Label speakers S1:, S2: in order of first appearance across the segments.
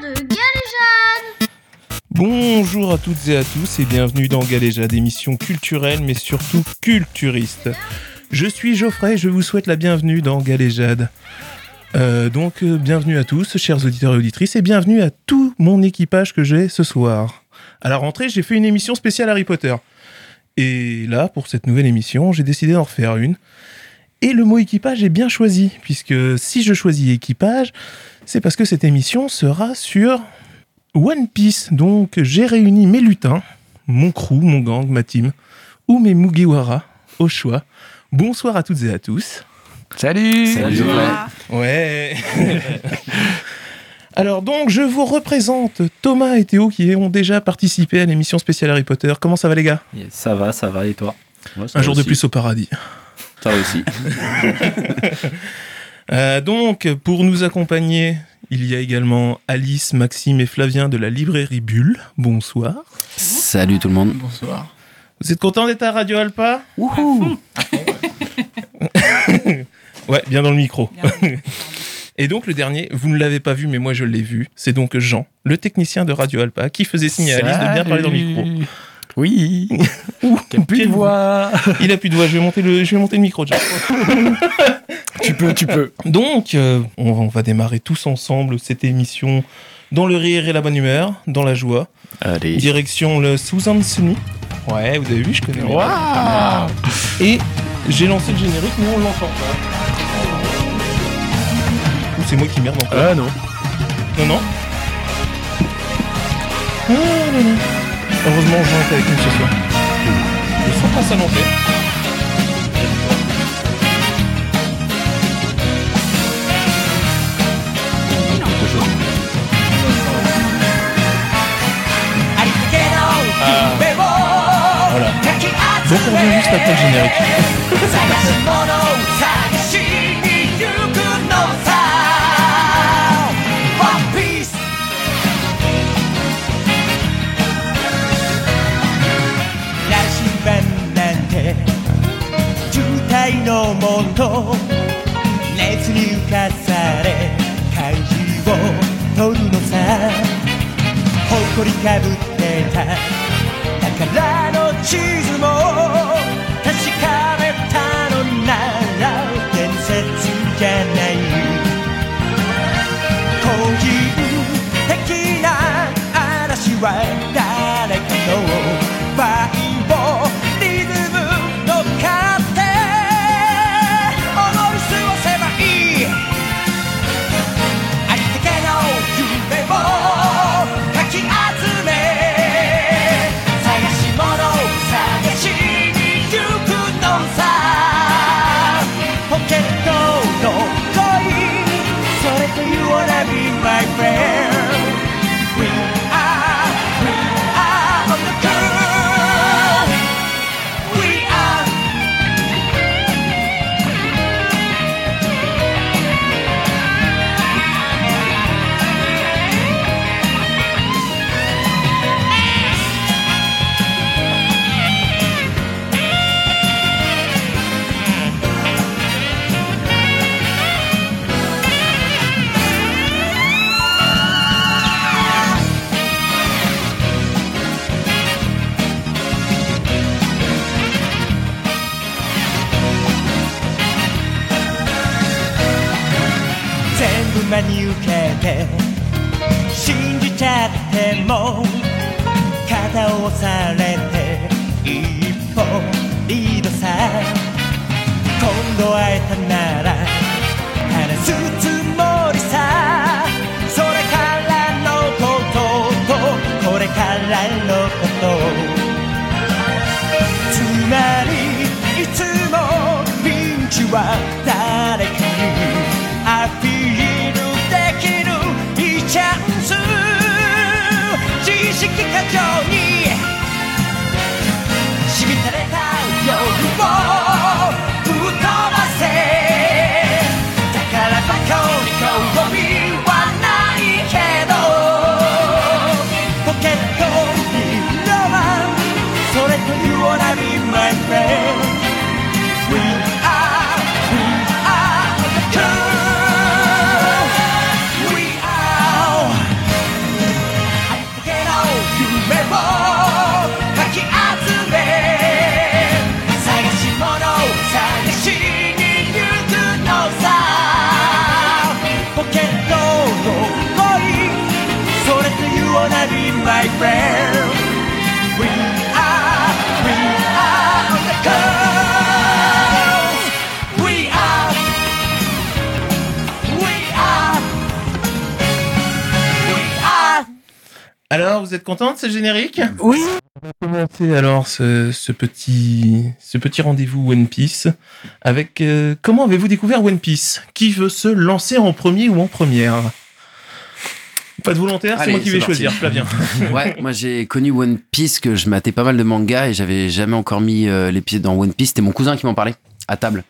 S1: de Galéjade
S2: Bonjour à toutes et à tous et bienvenue dans Galéjade, émission culturelle mais surtout culturiste. Je suis Geoffrey, je vous souhaite la bienvenue dans Galéjade. Euh, donc euh, bienvenue à tous, chers auditeurs et auditrices, et bienvenue à tout mon équipage que j'ai ce soir. À la rentrée, j'ai fait une émission spéciale Harry Potter. Et là, pour cette nouvelle émission, j'ai décidé d'en refaire une. Et le mot équipage est bien choisi, puisque si je choisis équipage, c'est parce que cette émission sera sur One Piece. Donc j'ai réuni mes lutins, mon crew, mon gang, ma team, ou mes Mugiwara, au choix. Bonsoir à toutes et à tous.
S3: Salut
S4: Salut.
S2: Ouais. Alors donc, je vous représente Thomas et Théo qui ont déjà participé à l'émission spéciale Harry Potter. Comment ça va les gars
S4: Yes, Ça va, ça va, et toi
S2: Un jour de plus au paradis.
S4: Toi aussi.
S2: Euh, donc, pour nous accompagner, il y a également Alice, Maxime et Flavien de la librairie Bulle. Bonsoir.
S4: Salut tout le monde.
S3: Bonsoir.
S2: Vous êtes content d'être à Radio Alpa Ouais, bien dans le micro. Et donc le dernier, vous ne l'avez pas vu, mais moi je l'ai vu. C'est donc Jean, le technicien de Radio Alpa, qui faisait signe à Alice de bien parler dans le micro.
S3: Oui Quelle
S2: quelle
S3: plus de voix
S2: Il a plus de voix, je vais monter le, je vais monter le micro, Jean.
S3: Tu peux, tu peux.
S2: Donc, euh, on, on va démarrer tous ensemble cette émission dans le rire et la bonne humeur, dans la joie.
S4: Allez.
S2: Direction le Susan Sunny. Ouais, vous avez vu, je connais.
S3: Waouh
S2: Et j'ai lancé le générique, mais on l'entend pas. Ou c'est moi qui merde encore.
S3: Ah non.
S2: Non, non. Ah, là, là. Heureusement, Jean est avec nous ce soir. Je sens pas ça non plus. Voilà. Donc on revient juste après le générique.
S5: 「のもの熱に浮かされ漢字を取るのさ誇りかぶってた宝の地図も確かめたのなら伝説じゃない個人的な嵐は誰かのバイオリズムの糧踊り過ごせばいいありったけの夢をかき集め探し物を探しに行くのさポケットの恋それと You wanna be my friend We are, we are on the curve We are「全部真に受けて」「信じちゃっても」「肩を押されて」「一歩リードさ」「今度会えたなら」「話すつもりさ」「それからのこととこれからのこと」つまりいつもピンチは誰かにアピールできるいいチャンス知識過剰にしみたれた夜を吹っ飛ばせ
S2: Alors, vous êtes contente, ce générique Oui. Commencez alors ce, ce petit, ce petit rendez-vous One Piece avec euh, comment avez-vous découvert One Piece Qui veut se lancer en premier ou en première Pas de volontaire, c'est
S4: Allez,
S2: moi qui
S4: c'est
S2: vais
S4: parti.
S2: choisir, Flavien.
S4: Ouais, moi j'ai connu One Piece, que je matais pas mal de mangas et j'avais jamais encore mis euh, les pieds dans One Piece. C'était mon cousin qui m'en parlait à table.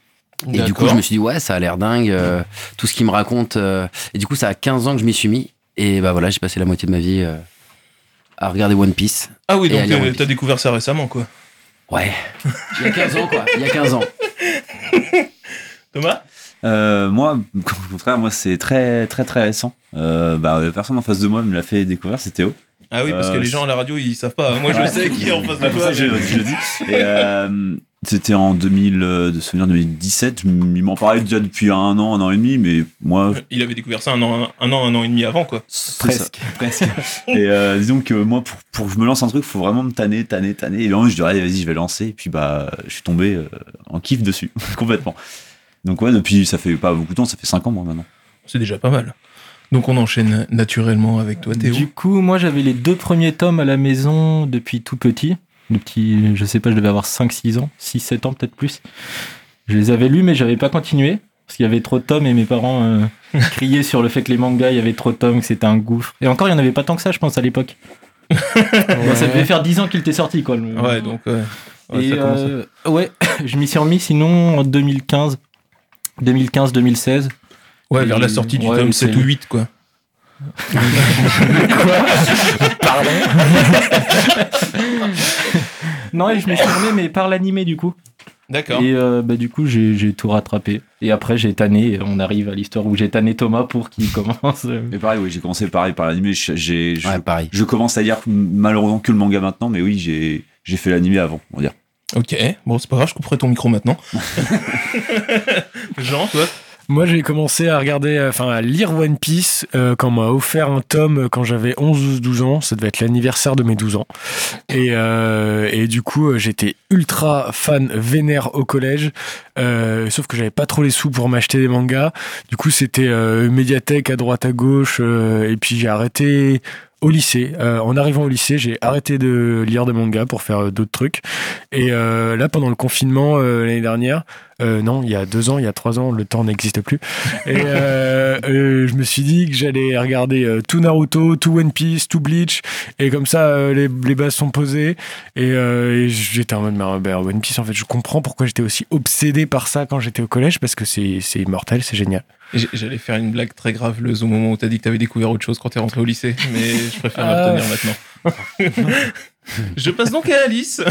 S4: Et du coup, je me suis dit, ouais, ça a l'air dingue, euh, tout ce qu'il me raconte. euh, et du coup, ça a 15 ans que je m'y suis mis. Et bah voilà, j'ai passé la moitié de ma vie euh, à regarder One Piece.
S2: Ah oui,
S4: Et
S2: donc
S4: allez, One
S2: euh,
S4: Piece.
S2: t'as découvert ça récemment, quoi.
S4: Ouais. Il y a 15 ans, quoi. Il y a 15 ans.
S2: Thomas
S6: Euh, moi, au contraire, moi c'est très très très récent. Euh, bah, la personne en face de moi me l'a fait découvrir, c'est Théo.
S2: Ah oui, parce que
S6: Euh,
S2: les gens à la radio, ils savent pas. Moi, je
S6: Ouais.
S2: sais qui est en
S4: Ah,
S2: face de
S6: C'est pour ça
S2: toi.
S6: que je,
S2: mais-
S6: je le dis. Et, euh, c'était en 2000, euh, de souvenir 2017. Je m- Il m'en parlait déjà depuis un an, un an et demi, mais moi,
S2: Il avait découvert ça un an, un an, un an et demi avant, quoi.
S6: C'est ça, presque. Et euh, disons que moi, pour, pour que je me lance un truc, faut vraiment me tanner, tanner, tanner. Et vraiment, je dis, allez, vas-y, je vais lancer. Et puis, bah, je suis tombé euh, en kiff dessus, complètement. Donc, ouais, depuis, ça fait pas beaucoup de temps, ça fait 5 ans, moi, maintenant.
S2: C'est déjà pas mal. Donc, on enchaîne naturellement avec toi, Théo.
S3: Du coup, moi j'avais les deux premiers tomes à la maison depuis tout petit. Le petit, je sais pas, je devais avoir 5-6 ans, 6-7 ans peut-être plus. Je les avais lus, mais j'avais pas continué. Parce qu'il y avait trop de tomes et mes parents euh, criaient sur le fait que les mangas, il y avait trop de tomes, que c'était un gouffre. Et encore, il y en avait pas tant que ça, je pense, à l'époque. Bon, ça devait faire 10 ans qu'il était sorti, quoi. le-
S2: Ouais, donc. ouais. Ouais,
S3: et
S2: ça commence.
S3: euh, ouais, je m'y suis remis sinon en 2015, 2015-2016.
S2: Ouais, vers la
S3: et-
S2: sortie du
S3: ouais,
S2: tome
S3: c'est-
S2: 7 ou 8, quoi.
S3: Non, et je me suis remis, mais par l'animé du coup.
S2: D'accord.
S3: Et euh, bah, du coup, j'ai j'ai tout rattrapé. Et après, j'ai tanné. et On arrive à l'histoire où j'ai tanné Thomas pour qu'il commence. euh.
S6: Mais pareil, oui, j'ai commencé pareil par l'animé. Je- J'ai, je,
S4: Ouais, pareil.
S6: je commence à lire malheureusement que le manga maintenant, mais oui, j'ai, j'ai fait l'animé avant, on va dire.
S2: Ok, bon, c'est pas grave, je couperai ton micro maintenant. Jean, toi
S7: Moi, j'ai commencé à regarder, euh, enfin, à lire One Piece euh, quand on m'a offert un tome euh, quand j'avais 11 ou 12 ans. Ça devait être l'anniversaire de mes 12 ans. Et, euh, et du coup, euh, j'étais ultra fan vénère au collège. euh, sauf que j'avais pas trop les sous pour m'acheter des mangas. Du coup, c'était euh, médiathèque à droite à gauche. euh, et puis, j'ai arrêté au lycée. Euh, en arrivant au lycée, j'ai arrêté de lire des mangas pour faire euh, d'autres trucs. Et euh, là, pendant le confinement euh, l'année dernière, euh, non, il y a deux ans, il y a trois ans, le temps n'existe plus. Et euh, euh, je me suis dit que j'allais regarder euh, tout Naruto, tout One Piece, tout Bleach, et comme ça, euh, les, les bases sont posées. Et, euh, et j'étais en mode, bah, bah, One Piece, en fait, je comprends pourquoi j'étais aussi obsédé par ça quand j'étais au collège, parce que c'est c'est immortel, c'est génial.
S2: J- J'allais faire une blague très graveleuse au moment où t'as dit que t'avais découvert autre chose quand t'es rentré au lycée, mais je préfère m'abstenir maintenant. Ah. je passe donc à Alice.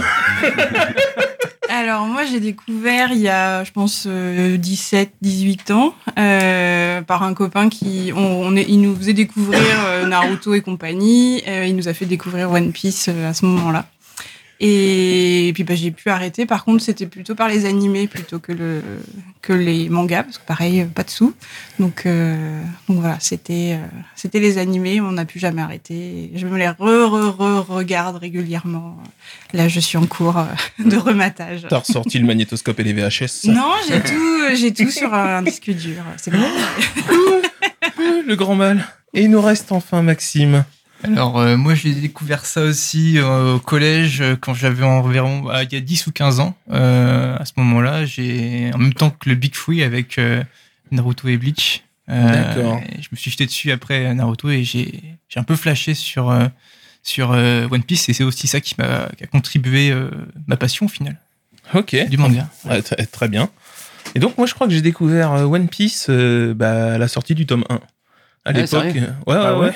S8: Alors moi j'ai découvert il y a je pense 17-18 ans euh, par un copain qui on, on est, il nous faisait découvrir euh, Naruto et compagnie, Euh, il nous a fait découvrir One Piece euh, à ce moment-là. Et, puis bah, j'ai pu arrêter. Par contre c'était plutôt par les animés plutôt que le que les mangas parce que pareil euh, pas de sous. Donc euh, donc voilà c'était euh, c'était les animés on n'a plus jamais arrêté. Je me les re re re regarde régulièrement. Là je suis en cours euh, de rematage.
S2: T'as ressorti le magnétoscope et les VHS. ça.
S8: Non, j'ai tout, euh, j'ai tout sur un disque dur. C'est bon.
S2: Le grand mal. Et il nous reste enfin Maxime.
S9: Alors, euh, moi, j'ai découvert ça aussi euh, au collège euh, quand j'avais environ, bah, il y a 10 ou 15 ans. Euh, à ce moment-là, j'ai en même temps que le Big Free avec euh, Naruto et Bleach. Euh,
S2: D'accord.
S9: et Je me suis jeté dessus après euh, Naruto et j'ai j'ai un peu flashé sur, euh, sur euh, One Piece et c'est aussi ça qui m'a qui a contribué euh, ma passion au final
S2: Ok.
S9: du manga.
S2: Ouais, très, très bien. Et donc, moi, je crois que j'ai découvert euh, One Piece euh, bah, à la sortie du tome 1. À
S4: Ah,
S2: l'époque.
S4: sérieux
S2: ouais, ouais,
S4: Ah
S2: ouais.
S4: ouais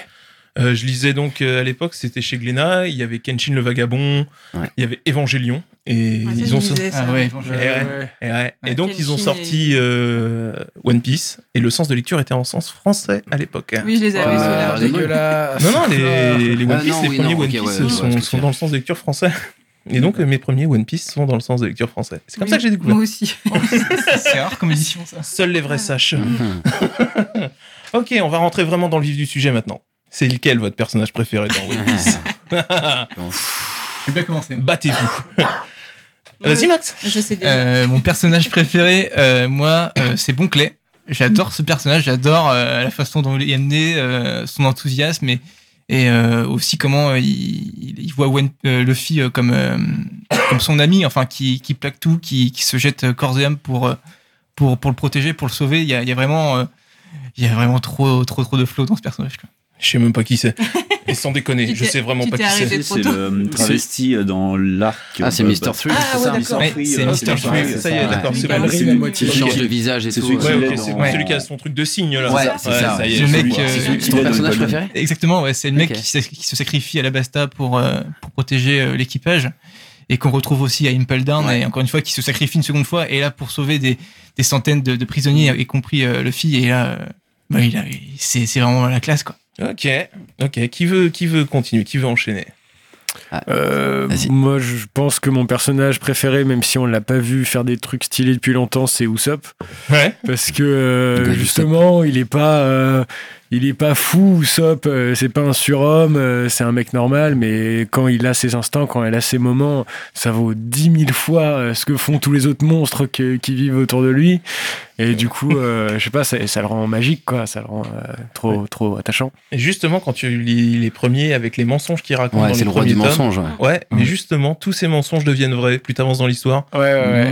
S2: Euh, je lisais donc euh, à l'époque, c'était chez Glénat, il y avait Kenshin le Vagabond,
S4: Ouais.
S2: il y avait Évangélion. Et, ils ont sorti-
S9: Ah ouais, bon,
S2: Eh
S9: je-
S2: ouais. Eh ouais. Et donc, ils ont
S8: Kenshin
S2: sorti euh, One Piece, et le sens de lecture était en sens français à l'époque.
S8: Oui, je les avais
S4: Ah,
S8: ceux-là.
S7: dégueulasse.
S2: Non, non, les, les One
S4: Ah,
S2: Piece,
S4: non,
S2: les
S4: oui,
S2: premiers
S4: non,
S2: One
S4: ok,
S2: Piece
S4: ouais, je vois
S2: sont,
S4: ce que
S2: sont
S4: tu
S2: dans le sens de lecture français. Et donc, euh, mes premiers One Piece sont dans le sens de lecture français. C'est comme ça que j'ai découvert.
S8: Moi aussi.
S9: C'est rare comme édition ça.
S2: Seuls les vrais sachent.
S4: Mhm.
S2: Ok, on va rentrer vraiment dans le vif du sujet maintenant. C'est lequel votre personnage préféré dans One Piece
S9: J'ai bien commencé.
S2: Battez-vous. Euh, Vas-y Max.
S8: Je sais déjà.
S9: Euh, mon personnage préféré, euh, moi, euh, c'est Bonclay. J'adore ce personnage, j'adore euh, la façon dont il est amené, euh, son enthousiasme et, et, et euh, aussi comment euh, il, il voit Wen, euh, Luffy euh, comme euh, comme son ami, enfin qui, qui plaque tout, qui, qui se jette corps et âme pour euh, pour pour le protéger, pour le sauver. Il y a, il y a vraiment euh, il y a vraiment trop trop trop de flow dans ce personnage. Quoi.
S2: Je sais même pas qui c'est. Et sans déconner,
S8: Tu
S2: je
S8: t'es-
S2: sais vraiment
S8: tu
S2: pas
S8: t'es
S2: qui c'est.
S8: arrêté.
S6: Si, C'est le euh, travesti dans l'arc.
S4: Ah, c'est
S6: euh,
S4: Mr.
S6: bah,
S4: Three.
S8: Ah, ouais,
S6: ça,
S8: d'accord.
S6: Mr. Free,
S9: Ouais, c'est
S6: euh,
S9: Mr.
S6: c'est
S9: Free,
S6: pareil,
S2: ça
S6: c'est
S2: y est,
S6: ça,
S2: d'accord,
S6: ouais.
S2: c'est
S6: Il
S2: bon.
S6: ballerine
S7: C'est-
S6: à moitié.
S4: Il change de
S6: Ok.
S4: visage et
S6: C'est
S4: tout.
S6: celui qui
S2: Ouais,
S4: euh,
S6: il est
S2: ok,
S6: dans-
S2: c'est bon, celui qui a son truc de signe là.
S4: Ouais, Ah, c'est ça,
S2: y est,
S9: Le
S2: je
S9: mec,
S2: vois.
S9: euh,
S4: C'est celui qui
S6: Il
S4: ton
S6: est dans
S4: personnage
S6: une bonne-
S4: préféré
S9: Exactement, ouais, c'est le mec
S4: Ok.
S9: qui, s'est- qui se sacrifie à la Basta pour, euh, pour protéger euh, l'équipage et qu'on retrouve aussi à Impel Down
S4: Ouais.
S9: et encore une fois qui se sacrifie une seconde fois et là pour sauver des, des centaines de, de prisonniers y compris euh, Luffy et là euh, bah, il a- il- c'est c'est vraiment la classe quoi.
S2: Ok, ok. Qui veut, qui veut continuer Qui veut enchaîner
S7: Euh,
S4: Vas-y.
S7: moi, je pense que mon personnage préféré, même si on l'a pas vu faire des trucs stylés depuis longtemps, c'est Usopp.
S2: Ouais.
S7: Parce que euh,
S4: Il doit être
S7: justement, il est pas, euh, il est pas fou Usopp. euh, c'est pas un surhomme. euh, c'est un mec normal. Mais quand il a ses instants, quand il a ses moments, ça vaut dix mille fois euh, ce que font tous les autres monstres que- qui vivent autour de lui. Et du coup, euh, je sais pas, ça, ça le rend magique, quoi. Ça le rend euh, trop, trop attachant.
S2: Et justement, quand tu lis les premiers avec les mensonges qu'il raconte
S4: Ouais,
S2: dans
S4: c'est
S2: les
S4: le roi
S2: premiers
S4: du
S2: tomes.
S4: mensonge. ouais.
S2: Ouais, mais
S4: Ouais.
S2: justement, tous ces mensonges deviennent vrais plus t'avances dans l'histoire. Mm.
S7: Ouais, ouais,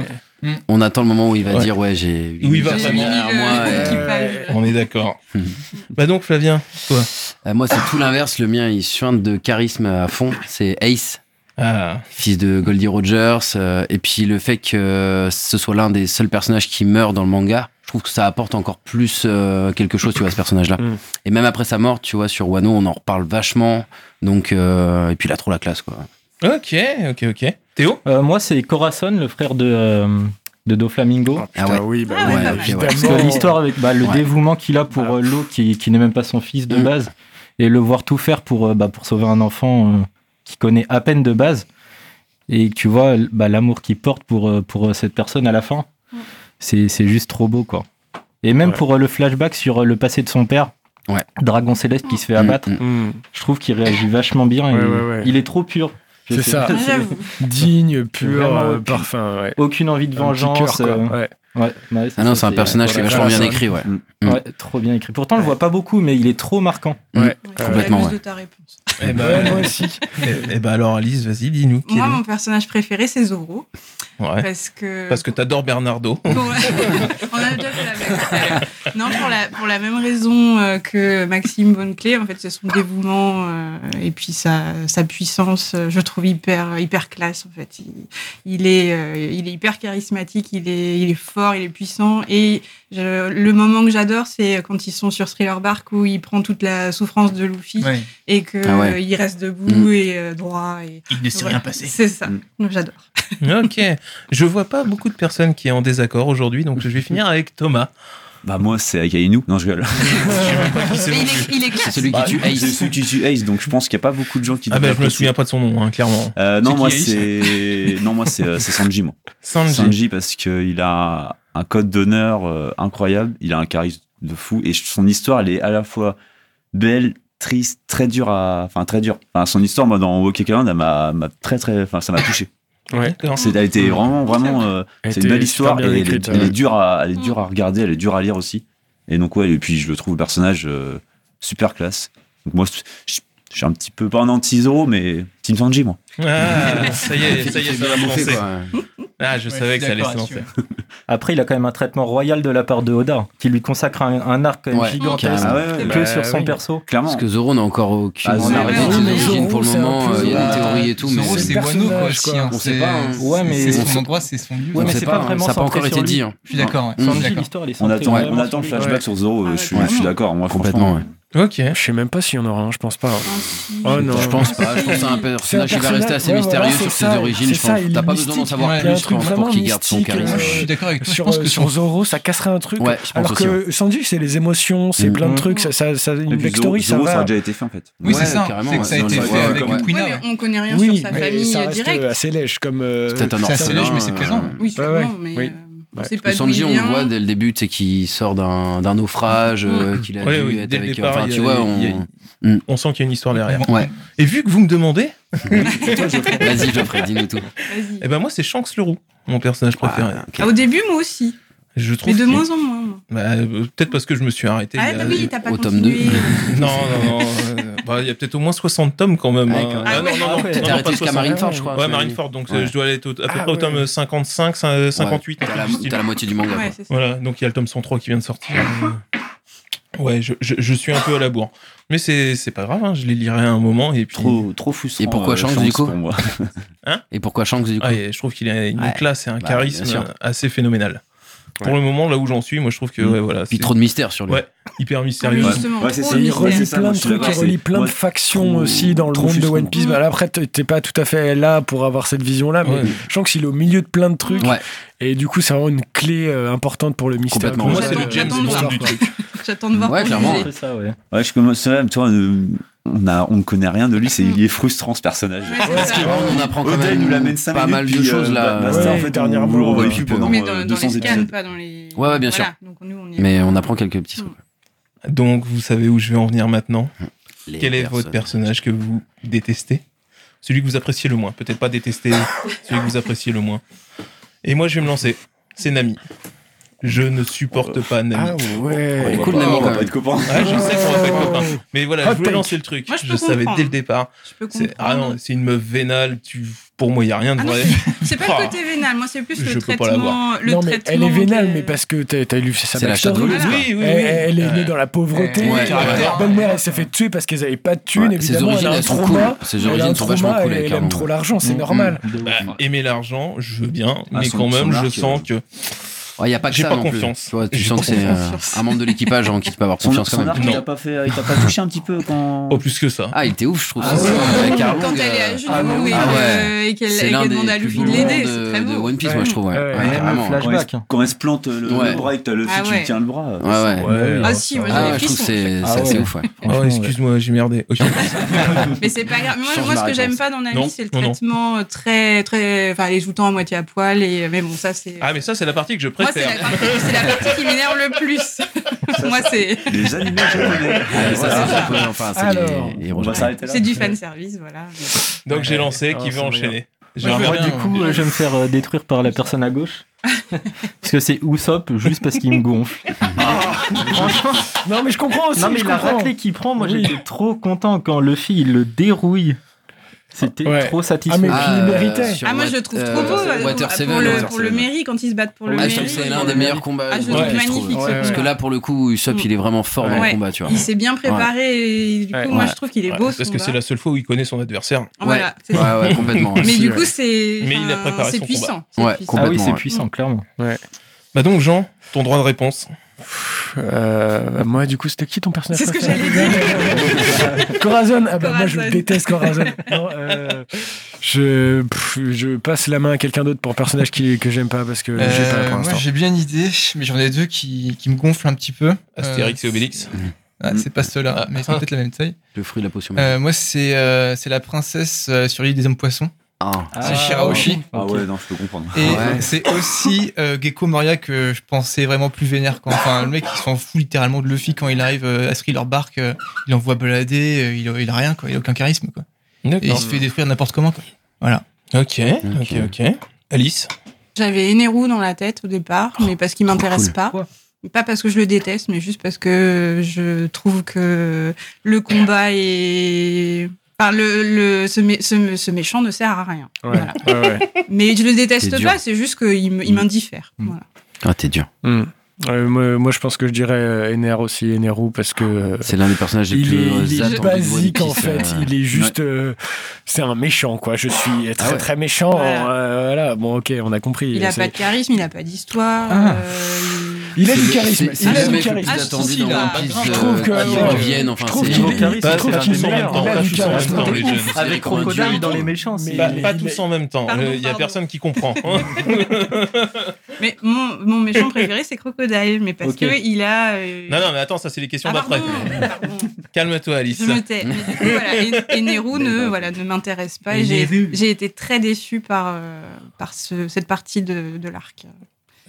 S7: ouais.
S4: On attend le moment où il va
S2: Ouais.
S4: dire Ouais, j'ai.
S2: Où il va
S4: j'ai
S8: J'ai
S2: vraiment
S8: mis
S4: derrière
S8: le-
S4: moi.
S6: euh,
S4: et-
S8: l'équipage.
S2: On est d'accord.
S4: Mhm.
S2: bah donc, Flavien.
S4: Euh, Moi, c'est tout l'inverse. Le mien, il suinte de charisme à fond. C'est Ace.
S2: Ah,
S4: fils de Goldie Rogers, euh, et puis le fait que euh, ce soit l'un des seuls personnages qui meurt dans le manga, je trouve que ça apporte encore plus euh, quelque chose, tu vois, à ce personnage-là.
S7: Mm.
S4: Et même après sa mort, tu vois, sur Wano, on en reparle vachement, donc, euh, et puis il a trop la classe, quoi.
S2: ok, ok, ok. Théo
S3: Euh, moi, c'est Corazon, le frère de, euh, de Doflamingo.
S4: Ah
S7: Putain,
S4: ouais.
S7: oui, bah
S8: Ah
S7: oui,
S8: ouais, bah
S4: ouais.
S7: évidemment.
S3: Parce que l'histoire avec bah, le
S4: Ouais.
S3: dévouement qu'il a pour euh, Lo, qui, qui n'est même pas son fils de
S4: Mm.
S3: base, et le voir tout faire pour, euh, bah, pour sauver un enfant euh, qu'il connaît à peine de base, et tu vois l- bah, l'amour qu'il porte pour, euh, pour euh, cette personne à la fin,
S8: Mm.
S3: c'est c'est juste trop beau, quoi. Et même
S7: Ouais.
S3: pour euh, le flashback sur euh, le passé de son père,
S4: Ouais.
S3: Dragon Céleste qui se fait
S4: Mm,
S3: abattre,
S4: mm.
S7: Mm.
S3: je trouve qu'il réagit vachement bien.
S7: Ouais,
S3: il,
S7: ouais, ouais.
S3: il est trop pur. Je
S7: C'est
S3: sais
S7: ça.
S3: pas,
S8: Ah,
S3: c'est-
S8: j'avoue.
S7: Digne, pur,
S3: Vraiment,
S7: euh,
S3: ouais.
S7: parfum, ouais.
S3: Aucune envie de
S7: Un petit cœur,
S3: vengeance.
S7: quoi,
S3: euh,
S7: ouais.
S3: ouais, ouais,
S4: Ah non,
S3: ça, euh,
S4: c'est un personnage qui est
S7: voilà,
S4: vachement bien
S7: ça.
S4: écrit, ouais. Mm.
S3: Ouais, trop bien écrit. Pourtant, on le voit pas beaucoup, mais il est trop marquant.
S8: Ouais, j'abuse
S4: Complètement, ouais.
S8: Euh, de ta réponse.
S2: Eh
S7: Ouais,
S2: ben,
S7: moi aussi.
S2: eh ben alors, Alice, vas-y, dis-nous. qui
S8: Moi,
S2: est-
S8: mon personnage préféré, c'est Zoro.
S2: Ouais.
S8: Parce que.
S2: Parce que t'adores Bernardo.
S8: Pour- on a déjà fait la blague tout à l'heure. Non, pour la, pour la même raison euh, que Maxime Bonneclé, en fait, c'est son dévouement euh, et puis sa, sa puissance, euh, je trouve hyper, hyper classe, en fait. Il, il est, euh, il est hyper charismatique, il est, il est fort, il est puissant. Et je- le moment que j'adore, c'est quand ils sont sur Thriller Bark où il prend toute la souffrance de Luffy et qu'il
S4: Ah ouais.
S8: reste debout
S4: Mm.
S8: et euh, droit. Et...
S9: Il ne s'est
S8: Voilà.
S9: rien passé.
S8: C'est ça.
S6: Mm.
S8: Donc, J'adore.
S2: ok. Je vois pas beaucoup de personnes qui est en désaccord aujourd'hui, donc je vais finir avec Thomas.
S6: Bah, moi, c'est Akainu. Non, je rigole.
S8: Mais il, est, il est classe.
S4: C'est celui
S6: Bah,
S4: qui tue
S6: c'est
S4: Ace.
S6: celui qui tue Ace, donc je pense qu'il n'y a pas beaucoup de gens qui.
S2: Ah
S6: doivent
S2: ben, je me
S6: l'apprécier.
S2: souviens pas de son nom, hein, clairement.
S6: Euh, non,
S2: C'est
S6: moi,
S2: qui, Ace
S6: c'est. Non, moi, c'est euh, c'est Sanji, moi.
S2: Sanji.
S6: Sanji, parce qu'il a un code d'honneur euh, incroyable, il a un charisme de fou, et son histoire, elle est à la fois belle, triste, très dure à. Enfin, très dure. Enfin, son histoire, moi, dans Woke Island, elle m'a m'a très, très. Enfin, ça m'a touché.
S7: Ouais.
S2: D'accord.
S6: C'est- Elle était vraiment, vraiment. euh,
S7: Elle
S6: c'est une
S7: était
S6: belle histoire, et
S7: super bien
S6: elle, est-
S7: écrite,
S6: elle est
S7: ouais.
S6: dure à, elle est dure à regarder, elle est dure à lire aussi. Et donc, ouais, et puis je le trouve, le personnage, euh, super classe. Donc, moi, je, je suis un petit peu, pas un anti-Zoro, mais Team Sanji, moi.
S2: Ah, ça y est, ça y est, ça va commencer.
S4: Bouffé, quoi.
S2: Ah, je
S9: Ouais,
S2: savais
S9: je
S2: que
S9: suis
S2: ça allait se
S9: d'accord
S2: lancer.
S3: Après, il a quand même un traitement royal de la part de Oda, qui lui consacre un, un arc quand même
S4: Ouais,
S3: gigantesque
S6: Ah ouais, ouais,
S8: C'est
S6: ouais,
S3: que
S7: bah,
S3: sur son
S7: oui.
S3: perso.
S6: clairement.
S4: Parce que Zoro n'a encore aucune
S6: Ah, Zoro,
S4: raison,
S8: Zoro,
S4: j'imagine, pour le
S7: c'est un
S4: moment.
S7: peu
S4: euh, Il y a des
S7: Zoro.
S4: théories et tout, mais.
S9: Zoro,
S7: c'est
S9: c'est Wano quoi
S7: personnage,
S9: aussi.
S7: quoi.
S9: hein.
S4: On sait
S9: C'est-
S4: pas, hein.
S3: Ouais, mais-
S9: c'est
S4: On sait-
S9: son endroit, c'est son lieu.
S3: Ouais,
S4: on
S3: mais
S4: sait
S3: c'est pas vraiment
S4: ça n'a pas
S3: centré
S4: encore
S3: sur
S4: été
S3: lui.
S4: dit. hein.
S9: Je suis d'accord. ouais, je suis
S3: Sanji,
S9: d'accord.
S3: l'histoire, elle est
S6: On
S3: centrée
S6: attend,
S3: vraiment
S6: on
S3: sur
S6: attend le
S3: lui.
S6: flashback sur Zoro, euh,
S8: Ah ouais,
S6: je, suis- je
S8: complètement.
S6: suis d'accord, moi,
S4: Complètement,
S6: franchement.
S4: ouais.
S2: Ok.
S7: Je sais même pas s'il y en aura un, je pense pas. Oh non.
S4: Je pense pas, je pense que c'est un personnage qui va rester assez
S7: ouais,
S4: mystérieux
S7: voilà, c'est
S4: sur ses
S7: ça,
S4: origines,
S7: c'est
S4: je
S7: ça,
S4: pense.
S7: il est
S4: T'as pas besoin d'en
S7: mystique,
S4: savoir
S9: ouais, il y a un
S4: plus, je
S7: truc
S4: pense, pour
S7: vraiment
S4: qu'il garde son
S7: mystique,
S4: charisme.
S9: Moi, je
S7: euh,
S9: suis d'accord avec toi. Je
S7: Sur,
S9: pense que
S7: sur
S9: son
S7: Zoro, ça casserait un truc.
S4: Ouais, je pense
S7: Alors
S4: aussi. ouais.
S7: que Sanji, c'est les émotions, c'est
S4: Mm.
S7: plein de
S3: Mm.
S7: trucs, ça, ça, ça, une
S6: Et puis Zoro,
S7: backstory, ça
S6: Zoro, ça a
S7: va.
S6: déjà été fait, en fait.
S9: Oui,
S4: Ouais,
S9: c'est ça.
S4: carrément,
S9: C'est que ça a
S4: ouais,
S9: été
S4: dans le-
S9: fait
S4: ouais,
S9: avec
S4: ouais.
S9: Aquina.
S8: Ouais, mais on connaît rien
S7: oui,
S8: sur sa
S7: mais
S8: famille
S7: ça
S8: euh,
S7: reste
S8: directe.
S7: euh, assez lèche comme. euh,
S4: C'est peut-être un
S9: c'est assez
S4: orphelin.
S9: léger, mais c'est présent.
S4: euh,
S8: Oui, sûrement,
S7: ouais,
S8: mais
S7: oui.
S8: euh, on
S7: Ouais.
S8: sait pas
S4: Le
S8: d'où il
S4: Sanji, on le
S8: vient.
S4: voit dès le début, tu sais, qu'il sort d'un d'un naufrage, euh, qu'il a
S2: Ouais,
S4: dû
S2: oui,
S4: être
S2: dès le
S4: avec.
S2: départ,
S4: Enfin,
S2: il y a-
S4: tu vois,
S2: il y a-
S4: on. Hmm.
S2: On sent qu'il y a une histoire derrière.
S4: Ouais,
S2: Et vu que vous me demandez,
S4: vas-y, Geoffrey, dis-nous tout.
S8: Vas-y.
S2: eh ben moi c'est Shanks le roux, mon personnage préféré.
S4: Ah, ok.
S8: Ah, au début, moi aussi,
S2: Je trouve.
S8: mais de
S2: qu'il-
S8: moins en moins. moi.
S2: Bah, euh, Peut-être parce que je me suis arrêté.
S8: Ah
S2: il y a-
S8: bah oui, t'as pas
S4: au tome
S8: continué.
S2: Non, non, non. euh, Bah, il y a peut-être au moins 60 tomes quand même.
S4: Ouais,
S2: hein.
S4: quand même.
S2: Ah, non, non, non, non,
S4: T'es
S2: non,
S4: arrêté
S2: pas
S4: jusqu'à
S2: 60.
S4: Marineford, je crois.
S2: Ouais,
S4: tu m'as dit.
S2: Marineford, donc
S4: Ouais.
S2: euh, je dois aller être au- à peu
S7: Ah,
S2: près au tome
S7: ouais.
S2: 55, cin- 58.
S4: T'as la,
S2: un truc du style.
S4: t'as la moitié du manga. quoi.
S8: Ouais, c'est ça.
S2: Voilà, donc il y a le tome 103 qui vient de sortir. Euh, Ouais, je, je- je suis un peu à la bourre. Mais c'est c'est pas grave, hein, je les lirai à un moment et puis. Hein
S6: Trop, trop frustrant.
S4: Et pourquoi
S6: euh,
S4: Shanks,
S6: Shanks
S4: du coup
S6: pour moi.
S4: Et pourquoi Shanks, du coup
S2: Ah, et je trouve qu'il a une
S4: Ouais.
S2: classe et un
S4: Bah,
S2: charisme
S4: bien sûr.
S2: euh, assez phénoménal. Pour le moment, là où j'en suis, moi je trouve que
S4: Mm.
S2: ouais, voilà,
S4: Puis
S2: c'est
S4: trop de mystère sur lui.
S2: Ouais. hyper mystérieux.
S8: Mais
S6: Ouais.
S8: justement,
S6: Ouais, c'est
S8: trop
S6: ça,
S8: de
S6: il
S7: Il
S8: mystère.
S6: Ouais,
S7: relie
S6: c'est ça,
S7: plein
S6: moi,
S7: de
S6: je suis d'accord,
S7: trucs, il
S6: c'est-
S7: relie plein
S6: moi,
S7: de factions
S6: trop-
S7: aussi dans le
S6: trop
S7: monde de
S6: frustrant.
S7: One Piece. Bah là, après, t'es t'es pas tout à fait là pour avoir cette vision-là, mais
S2: Ouais.
S7: je sens qu'il est au milieu de plein de trucs.
S4: Ouais.
S7: Et du coup, c'est vraiment une clé euh, importante pour le mystère. Euh,
S4: Complètement.
S2: Pour moi,
S8: Ouais,
S2: c'est le
S8: j'attends-
S2: James
S8: j'attends de
S2: Bond
S8: voir,
S2: du
S8: quoi.
S2: truc.
S8: J'attends de voir.
S4: Ouais,
S8: pour
S4: clairement.
S8: juger.
S3: C'est ça, ouais.
S6: Ouais, je commence même, tu vois, euh, on a, on ne connaît rien de lui, c'est, il est frustrant ce personnage.
S8: Ouais, c'est ça.
S4: On apprend quand
S6: Odell
S4: même
S6: nous l'amène 5
S4: pas
S6: minutes,
S4: mal de
S6: puis, euh,
S4: choses là.
S6: basta,
S7: Ouais,
S6: en fait, on
S7: dernièrement,
S6: vous l'envoie
S4: ouais,
S6: plus
S4: tu peux.
S6: pendant
S8: Mais
S6: euh,
S8: dans, dans
S6: 200
S8: les scans,
S6: épisodes.
S8: pas dans les.
S4: Ouais, ouais, bien
S8: Voilà.
S4: sûr.
S8: Donc nous, on y est.
S4: Mais on apprend quelques petits trucs.
S2: Donc, vous savez où je vais en venir maintenant.
S4: Hum. Les
S2: Quel est votre
S4: personnes.
S2: personnage que vous détestez Celui que vous appréciez le moins. Peut-être pas détester, celui que vous appréciez le moins. Et moi, je vais me lancer. C'est Nami. Je ne supporte pas Nami.
S7: Ah ouais.
S4: Ouais.
S6: On
S4: Cool,
S6: va pas-
S4: Nami,
S6: on
S4: quand
S6: va pas
S4: même.
S6: être copains.
S2: Ouais, je sais qu'on va pas être copains. Mais voilà,
S7: Hot
S2: je voulais
S7: take.
S2: lancer le truc.
S8: Moi, je peux
S2: je savais
S8: comprendre.
S2: dès le départ.
S8: Je peux
S2: C'est- Ah non,
S8: comprendre.
S2: c'est une meuf vénale. Tu... Pour moi, il n'y a rien de
S8: Ah non,
S2: vrai.
S8: C'est pas le
S4: Oh.
S8: côté vénal, moi c'est plus
S2: Je
S8: le
S2: peux pas la
S8: traitement. le
S7: non, mais elle
S8: traitement
S7: est vénale,
S8: que-
S7: mais parce que t'as t'as lu sa
S4: C'est la
S7: backstory.
S4: chatte de
S8: Voilà.
S2: Oui, oui, oui.
S7: Elle, elle est née
S2: Euh,
S7: dans la pauvreté.
S4: Ouais,
S7: la
S2: ouais.
S7: bonne mère, elle s'est fait tuer parce qu'elles avaient pas de thunes.
S4: Ouais, ses
S7: évidemment,
S4: origines,
S7: elle a un
S4: elles sont
S7: trauma.
S4: cool. Ses
S7: Elle a
S4: origines
S7: un
S4: sont vachement
S7: trauma,
S4: cool,
S7: Elle elle
S4: clairement.
S7: aime trop l'argent, c'est
S4: Mm,
S7: normal.
S2: bah, aimer l'argent, je veux bien,
S6: Ah,
S2: mais
S6: son-
S2: quand même,
S6: son arc,
S2: je sens
S4: euh,
S2: que
S4: Il n'y a pas que
S2: J'ai
S4: ça
S2: pas
S4: non plus.
S2: confiance.
S4: Tu vois, Tu
S2: J'ai
S4: sens
S2: pas
S4: que c'est euh, un membre de l'équipage en qui tu peux avoir
S6: Son,
S4: confiance quand
S6: son
S4: même.
S6: arc, il
S2: Non.
S6: t'a pas fait, il t'a pas touché un petit peu quand.
S2: oh plus que ça.
S4: Ah, il était ouf, je trouve.
S6: Ah,
S4: ça.
S6: ouais.
S4: Avec Arlong,
S8: Quand elle est
S4: euh,
S8: à genoux
S6: ah ouais.
S8: et,
S4: Ah ouais.
S8: euh, et qu'elle
S4: c'est
S8: et
S4: l'un
S8: qu'elle
S4: des
S8: demande à
S4: plus
S8: Luffy
S4: beaux
S8: de l'aider,
S4: moments
S8: c'est
S4: de-
S8: très
S4: de
S8: beau.
S4: One Piece, moi
S7: Ouais.
S4: je trouve. Ouais,
S7: Ouais,
S4: Ouais,
S7: et même
S4: carrément.
S7: Flash-
S6: quand, elle,
S7: Flashback.
S6: hein. quand elle se plante le, le
S4: Ouais.
S6: bras et que t'as le
S8: Ah
S6: tu
S8: ouais.
S6: lui tiens le bras. euh,
S4: Ouais, ouais.
S2: Ouais.
S8: Ah si, moi j'ai
S4: Ah,
S8: des
S4: je trouve
S8: frissons.
S4: que c'est
S3: Ah
S4: c'est assez
S3: ouais.
S4: ouf. ouais. Ah,
S2: Oh, excuse-moi, j'ai merdé. Ok.
S8: Mais c'est pas grave. Moi,
S4: Change
S8: moi
S4: ma
S8: ce que
S4: réponse.
S8: j'aime pas dans
S2: Non,
S8: Nami, c'est le
S2: non, non.
S8: traitement euh, très, très. Enfin, elle est tout le temps à moitié à poil. Et... Mais bon, ça, c'est.
S2: Ah, mais ça, c'est la partie que je
S8: moi, c'est
S2: préfère.
S8: la, partie- c'est la partie qui m'énerve le plus. moi, c'est
S6: Les animés japonais.
S4: Ah, mais ça,
S6: Voilà.
S4: c'est un peu- enfin, c'est
S7: Alors,
S4: les- les
S6: On va
S4: rejetés.
S6: s'arrêter là.
S8: c'est du fanservice, voilà.
S2: Donc, j'ai lancé.
S3: Ah,
S2: Qui veut
S3: c'est
S2: enchaîner J'ai
S9: Ouais,
S2: un-
S9: je
S3: Moi,
S9: Rien,
S3: du coup, euh, je vais me faire euh, détruire par la personne à gauche. parce que c'est Usopp, juste parce qu'il me gonfle. Franchement,
S7: Non, mais je comprends aussi.
S3: non, mais
S7: je
S3: la
S7: comprends.
S3: raclée qu'il prend, moi
S7: Oui.
S3: j'étais trop content quand Luffy il le dérouille. C'était
S7: Ouais.
S3: trop
S7: Ah, mais
S3: satisfaisant.
S7: puis il
S4: euh,
S7: méritait.
S4: sur
S8: Ah, moi,
S4: Wat-
S8: je le trouve
S4: euh,
S8: trop beau. euh,
S4: Water
S8: pour-
S4: Seven,
S8: pour le,
S4: Water
S8: pour le
S4: Seven.
S8: mairie, quand ils se battent pour le
S4: Ah,
S8: mairie.
S4: je trouve que c'est l'un
S8: pour
S4: des
S8: le-
S4: meilleurs combats.
S8: Ah, je le
S4: de
S8: trouve
S4: One Piece, trouve.
S8: magnifique.
S7: Ouais,
S8: ce
S7: ouais.
S4: Parce que là, pour le coup, Usopp, il est vraiment fort dans le
S8: Ouais.
S4: combat, tu vois.
S8: Il s'est bien préparé et du coup,
S7: Ouais.
S8: moi
S4: Ouais.
S8: je trouve qu'il est
S2: Ouais,
S8: beau.
S2: parce
S8: ce
S2: que
S8: combat.
S2: c'est la seule fois où il connaît son adversaire.
S8: Voilà. c'est-
S4: Ouais, ouais, complètement. ouais.
S8: Mais du coup, c'est.
S2: Mais il a
S8: enfin,
S2: préparé
S8: C'est
S2: son
S8: puissant.
S4: Ouais,
S8: c'est puissant.
S3: Ah oui,
S4: complètement,
S3: c'est
S4: ouais.
S3: puissant, clairement.
S2: Bah, donc, Jean, ton droit de réponse.
S7: Euh, bah, moi, du coup, c'était qui ton personnage
S8: C'est ce que
S7: préféré
S8: j'allais dire.
S7: Corazon Ah bah moi je
S8: Corazon.
S7: déteste Corazon. Non, euh, je, pff, je passe la main à quelqu'un d'autre pour un personnage qui, que j'aime pas parce que j'ai pas
S9: Euh,
S7: pour
S9: moi
S7: l'instant.
S9: j'ai bien une idée, mais j'en ai deux qui, qui me gonflent un petit peu.
S8: Euh,
S2: Astérix et Obélix.
S9: Euh, ah, c'est pas ceux-là,
S2: Ah.
S9: mais ils sont peut-être la même taille.
S4: Le fruit de la potion.
S9: Euh, moi c'est euh, c'est la princesse euh, sur l'île des hommes poissons.
S4: Ah.
S9: c'est Shirahoshi.
S6: Ah ouais, non, je peux comprendre.
S9: Et
S4: Ouais.
S9: c'est aussi euh, Gecko Moria que je pensais vraiment plus vénère. Quand, enfin, le mec, il s'en fout littéralement de Luffy quand il arrive euh, à Thriller Bark. euh, il envoie balader, euh, il, a, il a rien, quoi. Il a aucun charisme, quoi. Et il
S2: D'accord.
S9: se fait détruire n'importe comment, quoi.
S2: Ok, ok, ok. Alice.
S8: J'avais Eneru dans la tête au départ, mais parce qu'il m'intéresse
S4: cool.
S8: pas.
S3: Quoi
S8: Pas parce que je le déteste, mais juste parce que je trouve que le combat est. Enfin, le, le, ce, mé- ce, mé- ce méchant ne sert à rien.
S7: Ouais,
S8: Voilà.
S7: ouais, ouais.
S8: Mais je le
S4: C'est
S8: déteste
S4: dur.
S8: pas, c'est juste qu'il m- il m'indiffère.
S9: Mm.
S8: Voilà.
S4: Ah, t'es dur.
S7: Hmm. Euh, moi, moi, je pense que je dirais euh, Ener aussi, Eneru, parce que. euh,
S4: C'est l'un des personnages les
S7: Il est,
S4: plus
S7: il est
S4: attendus de One
S7: basique en
S4: Piece,
S7: fait,
S4: euh,
S7: il est juste. euh, c'est un méchant quoi, je suis très
S4: Ah ouais.
S7: très méchant.
S8: Voilà.
S7: euh, voilà, bon ok, on a compris.
S8: Il a
S7: c'est-
S8: pas de charisme, il a pas d'histoire.
S7: Ah.
S8: euh, il-
S7: Il a
S4: C'est
S7: du
S4: le-
S7: charisme,
S4: c'est-
S7: il
S4: C'est
S7: a
S4: le
S7: du
S4: mec le plus
S7: charisme.
S8: Ah,
S4: attendu
S8: si, si,
S4: dans
S8: là.
S4: One Piece.
S8: Je
S4: euh,
S7: trouve que-
S4: qui
S7: ouais.
S4: reviennent, enfin,
S7: Je trouve
S4: c'est-
S7: qu'il est-
S3: Charisme,
S7: Bah,
S3: c'est
S7: c'est
S3: un
S7: un
S3: des
S7: des
S3: meilleurs.
S7: meilleurs.
S2: pas
S7: Il a du
S2: tous en même
S7: charisme.
S2: temps, les
S7: Avec
S2: jeunes.
S4: Avec
S3: Avec Crocodile dans les méchants.
S7: Mais-
S3: c'est-
S2: Pas,
S7: il
S2: pas
S7: est-
S2: tous en même temps.
S8: Pardon,
S2: Euh, Il y a
S8: pardon.
S2: personne qui comprend. hein.
S8: Mais mon, mon méchant préféré, c'est Crocodile, mais parce
S2: Ok.
S8: que il a. euh,
S2: Non, non, mais attends, ça, c'est les questions
S8: Ah,
S2: d'après.
S8: pardon, pardon.
S2: Calme-toi, Alice.
S8: Je me tais. Mais du coup, voilà, et, et Nehru ne, voilà, ne m'intéresse pas. et J'ai j'ai été très déçue par, euh, par ce- cette partie de, de l'arc.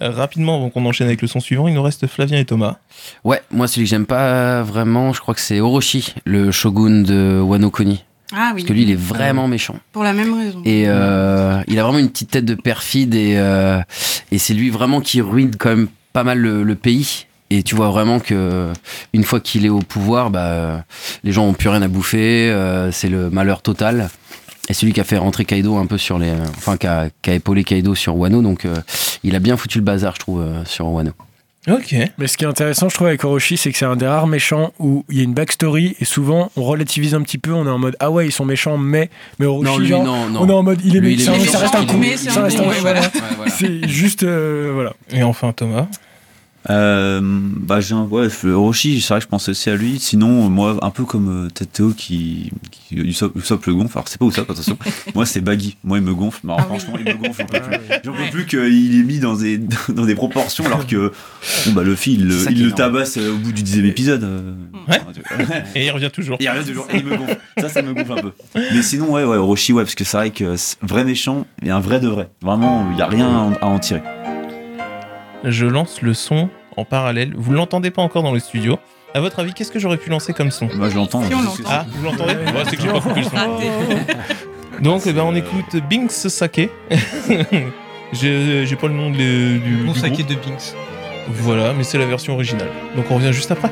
S2: Euh, Rapidement, avant qu'on enchaîne avec le son suivant, il nous reste Flavien et Thomas.
S4: Ouais, moi celui que j'aime pas vraiment, je crois que c'est Orochi, le shogun de Wano Kuni.
S8: Ah oui,
S4: Parce que lui, il est vraiment méchant.
S8: pour la même raison.
S4: Et euh, il a vraiment une petite tête de perfide et, euh, et c'est lui vraiment qui ruine quand même pas mal le, le pays. Et tu vois vraiment que une fois qu'il est au pouvoir, bah, les gens ont plus rien à bouffer, euh, c'est le malheur total. Et celui qui a fait rentrer Kaido un peu sur les, enfin qui a, qui a épaulé Kaido sur Wano, donc euh, il a bien foutu le bazar, je trouve, euh, sur Wano.
S2: Ok.
S7: Mais ce qui est intéressant, je trouve, avec Orochi, c'est que c'est un des rares méchants où il y a une backstory et souvent on relativise un petit peu, on est en mode ah ouais, ils sont méchants, mais, mais Orochi,
S4: Non, lui,
S7: genre,
S4: non, non.
S7: on est en mode il est
S4: Lui, il est
S7: méchant,
S4: méchant,
S7: ça reste un
S4: il est
S7: con,
S8: méchant,
S7: ça reste
S8: il est
S7: un con,
S8: méchant,
S7: voilà.
S4: Ouais, voilà.
S7: C'est juste, euh, voilà.
S2: Et enfin, Thomas.
S6: Euh, bah, j'ai un, ouais, Orochi, c'est vrai que je pense aussi à lui. Sinon, euh, moi, un peu comme euh, peut-être Théo qui, qui euh, Usopp, Usopp le gonfle. Alors, c'est pas Usopp, attention. moi, c'est Baggy. Moi, il me gonfle. Mais alors,
S8: Ah oui.
S6: franchement, il me gonfle. J'en peux plus, J'en peux plus qu'il est mis dans des, dans des proportions alors que bon, bah, Luffy, il, le-
S4: C'est ça qui est Mm.
S6: il le
S4: énorme.
S6: tabasse euh, au bout du dixième épisode. euh.
S2: Ouais.
S6: Enfin, tu-
S2: Et il revient toujours.
S6: Il revient toujours et il me gonfle. Ça, ça me gonfle un peu. Mais sinon, ouais, ouais, Orochi, ouais, parce que c'est vrai que c'est vrai méchant et un vrai de vrai. Vraiment, il n'y a rien à en tirer.
S2: Je lance le son en parallèle. Vous l'entendez pas encore dans le studio. À votre avis, qu'est-ce que j'aurais pu lancer comme son
S6: Moi, je l'entends.
S8: Si, on
S6: je-
S8: l'entend.
S2: Ah, vous l'entendez Ouais, Ah, C'est que j'ai pas coupé le son.
S8: Raté.
S2: Donc, eh ben, on
S6: euh,
S2: écoute Binks Sake. J'ai j'ai pas le nom de, du, du
S9: Bon saké
S2: groupe.
S9: de Binks.
S2: Voilà, mais c'est la version originale. Donc, on revient juste après.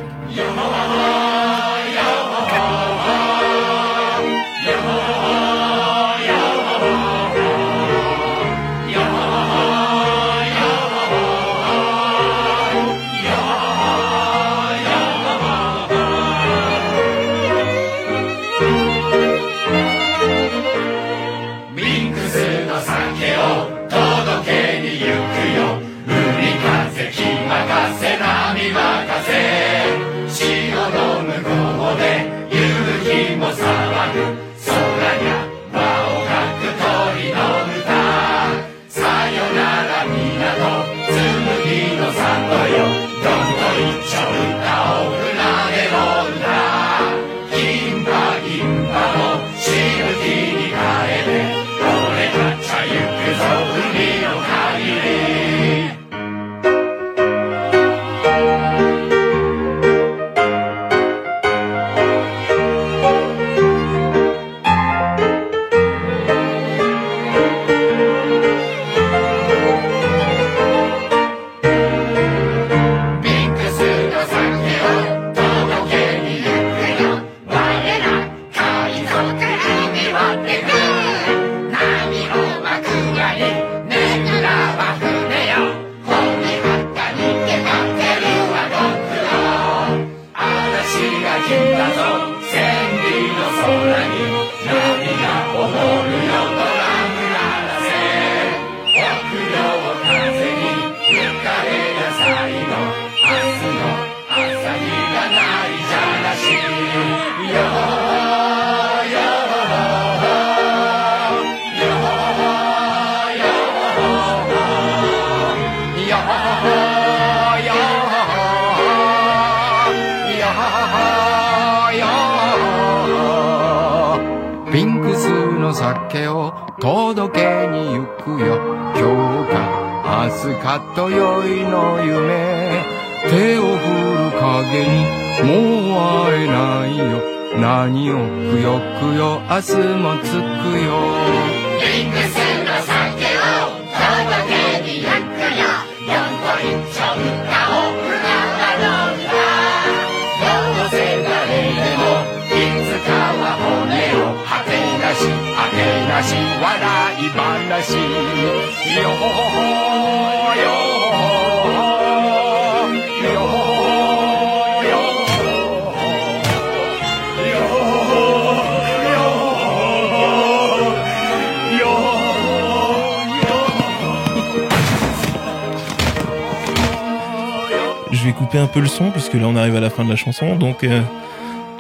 S2: Je vais couper un peu le son puisque là on arrive à la fin de la chanson. Donc euh,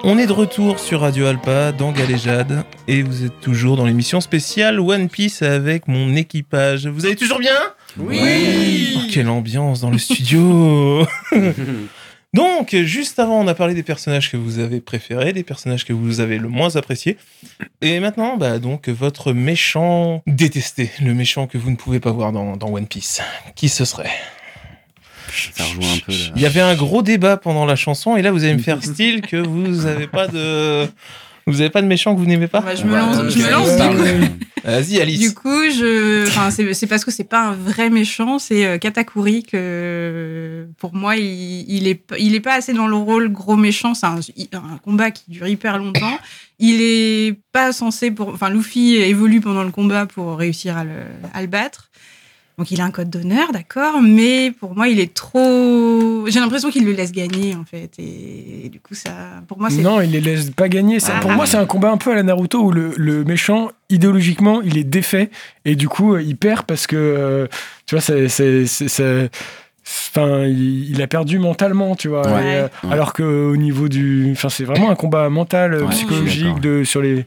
S2: on est de retour sur Radio Alpa dans Galéjade et vous êtes toujours dans l'émission spéciale One Piece avec mon équipage. Vous allez toujours bien Oui Ah, Quelle ambiance dans le studio Donc juste avant on a parlé des personnages que vous avez préférés, des personnages que vous avez le moins appréciés. Et maintenant bah donc votre méchant détesté, le méchant que vous ne pouvez pas voir dans, dans One Piece. Qui ce serait
S4: Ça rejoint un peu. la-
S2: il y avait un gros débat pendant la chanson et là vous allez me faire style que vous avez pas de vous avez pas de méchant que vous n'aimez pas.
S8: Bah, je me
S4: Voilà,
S8: lance.
S4: donc,
S8: Je me
S2: bah,
S4: euh,
S8: lance.
S4: parle.
S2: Vas-y, Alice.
S8: Du coup, je, enfin, c'est c'est parce que c'est pas un vrai méchant, c'est euh, Katakuri que euh, pour moi il, il est p- il est pas assez dans le rôle gros méchant. C'est un, un combat qui dure hyper longtemps. Il est pas censé pour, enfin, Luffy évolue pendant le combat pour réussir à le, à le battre. Donc il a un code d'honneur, d'accord, mais pour moi il est trop. J'ai l'impression qu'il le laisse gagner en fait, et, du coup ça, pour moi c'est
S7: Non, il les laisse pas gagner. Ça, Pour
S8: Ah.
S7: moi, c'est un combat un peu à la Naruto où le, le méchant, idéologiquement, il est défait et du coup, il perd parce que, euh, tu vois, c'est. c'est- c'est- c'est- Enfin, il il a perdu mentalement, tu vois.
S4: Ouais.
S7: Et, euh,
S4: Ouais.
S7: Alors que au niveau du, enfin, c'est vraiment un combat mental, euh,
S4: Ouais, je suis
S7: psychologique,
S4: d'accord,
S7: de sur les.